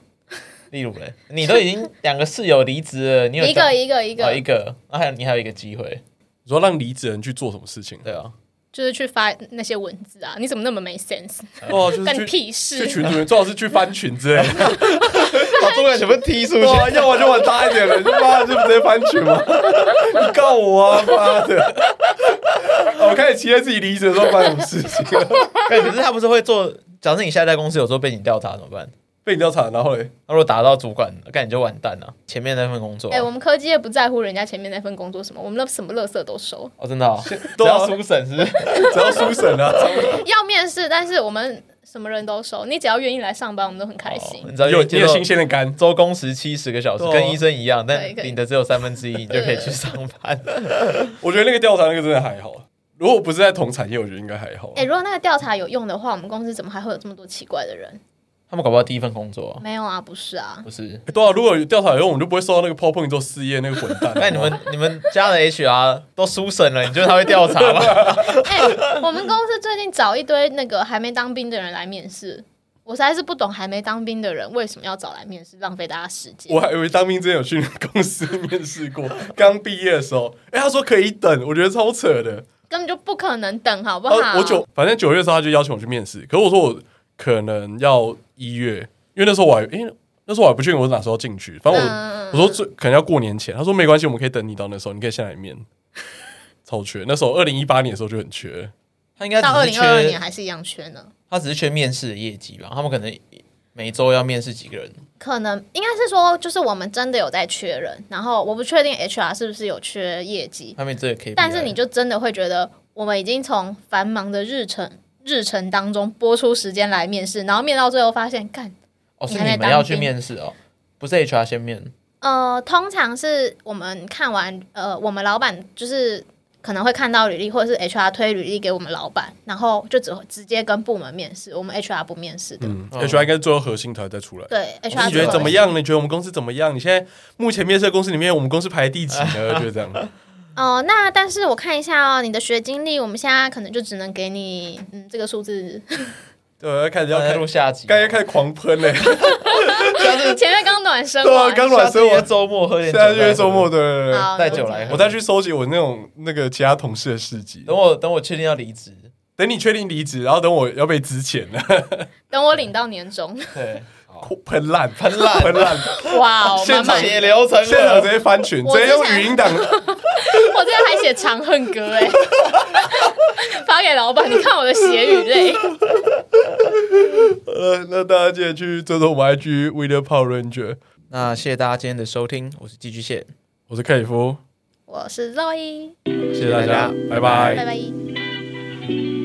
Speaker 1: 例如嘞，你都已经两个室友离职了，你有
Speaker 3: 一个一个一
Speaker 1: 一
Speaker 2: 啊
Speaker 3: 个，
Speaker 1: 一个，那还有你还有一个机会，
Speaker 2: 你说让离职的人去做什么事情？
Speaker 1: 对啊，
Speaker 3: 就是去发那些文字啊，你怎么那么没 sense？
Speaker 2: 哦，就
Speaker 3: 干
Speaker 2: 是
Speaker 3: 你
Speaker 2: 去
Speaker 3: 屁
Speaker 2: 去
Speaker 3: 事！
Speaker 2: 群主， 最好是去翻群之类的。
Speaker 1: 把这个全部踢出
Speaker 2: 对啊，要玩就玩大一点的， 他妈的就直接翻群嘛！你告我啊，妈的！ 我哦开始期待自己离职的时候发生什么事情，
Speaker 1: 哎可是他不是会做？假设你下一家公司有时候被你调查怎么办？
Speaker 2: 被你调查，然后嘞，
Speaker 1: 那如果打到主管，那你就完蛋了。前面那份工作
Speaker 3: 哎、，我们科技业不在乎人家前面那份工作什么，我们那什么垃圾都收，
Speaker 1: 哦，真的 哦，只
Speaker 2: 对啊
Speaker 1: 要书审是不是？
Speaker 2: 只要书审 啊，
Speaker 3: 要面试，但是我们什么人都收，你只要愿意来上班，我们都很开心。
Speaker 1: 你知道
Speaker 2: 有你
Speaker 1: 接
Speaker 2: 有
Speaker 1: 受
Speaker 2: 新鲜的肝，
Speaker 1: 周工时七十个小时，
Speaker 2: 对啊
Speaker 1: 跟医生一样，但
Speaker 3: 对可以
Speaker 1: 领的只有三分之一，你就可以去上班。
Speaker 2: 我觉得那个调查那个真的还好。如果不是在同产业，我觉得应该还好
Speaker 3: 哎、。如果那个调查有用的话，我们公司怎么还会有这么多奇怪的人？
Speaker 1: 他们搞不好第一份工作啊
Speaker 3: 没有啊，不 是啊，
Speaker 1: 不是？
Speaker 2: 对啊，如果有调查有用，我们就不会收到那个 PowerPoint 做事业那个混蛋。
Speaker 1: 那你们你们家的 HR 都书审了，你觉得他会调查 吗？
Speaker 3: 欸哎、我们公司最近找一堆那个还没当兵的人来面试，我实在是不懂还没当兵的人为什么要找来面试，浪费大家时间。
Speaker 2: 我还以为当兵之前有去公司面试过，刚毕业的时候，哎、他说可以等，我觉得超扯的。
Speaker 3: 根本就不可能等，好不好？
Speaker 1: 哦
Speaker 2: 啊，我九反正九月的时候他就邀请我去面试，可是我说我可能要一月，因为那时候我还因为那时候我还不确定我是哪时候进去，反正我、
Speaker 3: 嗯
Speaker 2: 我说最可能要过年前，他说没关系，我们可以等你到那时候，你可以先来面。超缺，那时候二零一八年的时候就很缺，
Speaker 1: 他应该
Speaker 3: 到二
Speaker 1: 只是
Speaker 3: 零二二年
Speaker 1: 缺，
Speaker 3: 还是一样缺呢。
Speaker 1: 他只是缺面试的业绩吧？他们可能每周要面试几个人，
Speaker 3: 可能应该是说，就是我们真的有在缺人，然后我不确定 HR 是不是有缺业绩，
Speaker 1: 他们这个 K，
Speaker 3: 但是你就真的会觉得我们已经从繁忙的日程日程当中拨出时间来面试，然后面到最后发现，干，
Speaker 1: 哦，是
Speaker 3: 你还没
Speaker 1: 你们要
Speaker 3: 当
Speaker 1: 去
Speaker 3: 兵
Speaker 1: 面试哦，不是 HR 先面，
Speaker 3: 呃，通常是我们看完，呃，我们老板就是可能会看到履历，或者是 HR 推履历给我们老板，然后就只直接跟部门面试，我们 HR 不面试的。
Speaker 2: 嗯
Speaker 1: 嗯
Speaker 2: ，HR 应该是最后核心团再出来。
Speaker 3: 对
Speaker 2: 哦
Speaker 3: ，HR
Speaker 2: 你觉得
Speaker 3: 只
Speaker 2: 怎么
Speaker 3: 会？
Speaker 2: 样？你觉得我们公司怎么样？你现在目前面试的公司里面，我们公司排第几呢？就是这样。
Speaker 3: 哦、那但是我看一下哦，你的学经历，我们现在可能就只能给你，嗯，这个数 字。
Speaker 2: 对，啊要开始要
Speaker 1: 要
Speaker 2: 开，
Speaker 1: 录下集，
Speaker 2: 刚才开始狂喷 嘞、
Speaker 3: 前面刚暖身
Speaker 2: 对啊
Speaker 3: 完，
Speaker 2: 刚
Speaker 1: 下
Speaker 2: 暖
Speaker 1: 次
Speaker 2: 身
Speaker 1: 约
Speaker 2: 完，
Speaker 1: 周末喝点酒，
Speaker 2: 现在就是周末，对对对对。
Speaker 3: 好
Speaker 1: 带酒来
Speaker 3: 哦了解
Speaker 1: 喝
Speaker 2: 我再去收集我那种那个其他同事的事迹。
Speaker 1: 等我等我确定要离职，
Speaker 2: 等你确定离职，然后等我要被资遣了，
Speaker 3: 等我领到 年终，
Speaker 1: 对，
Speaker 2: 哭喷烂，喷
Speaker 1: 烂
Speaker 2: 喷烂，
Speaker 3: 哇哦，
Speaker 2: 现
Speaker 3: 满
Speaker 2: 场
Speaker 3: 满
Speaker 1: 血流成
Speaker 2: 现场直
Speaker 1: 河，
Speaker 2: 接翻群，直
Speaker 3: 我之
Speaker 2: 接
Speaker 3: 前
Speaker 2: 用语音档，
Speaker 3: 我这还写《长恨歌》哎，发给老板，你看我的血与泪。
Speaker 2: 呃，那大家记得去追踪我们 IG w i l l i a Power Ranger，
Speaker 1: 那谢谢大家今天的收听，我是寄居蟹，
Speaker 2: 我是克里夫，
Speaker 3: 我是 Zoe，
Speaker 2: 谢谢大家，拜拜
Speaker 3: 拜拜。
Speaker 1: 拜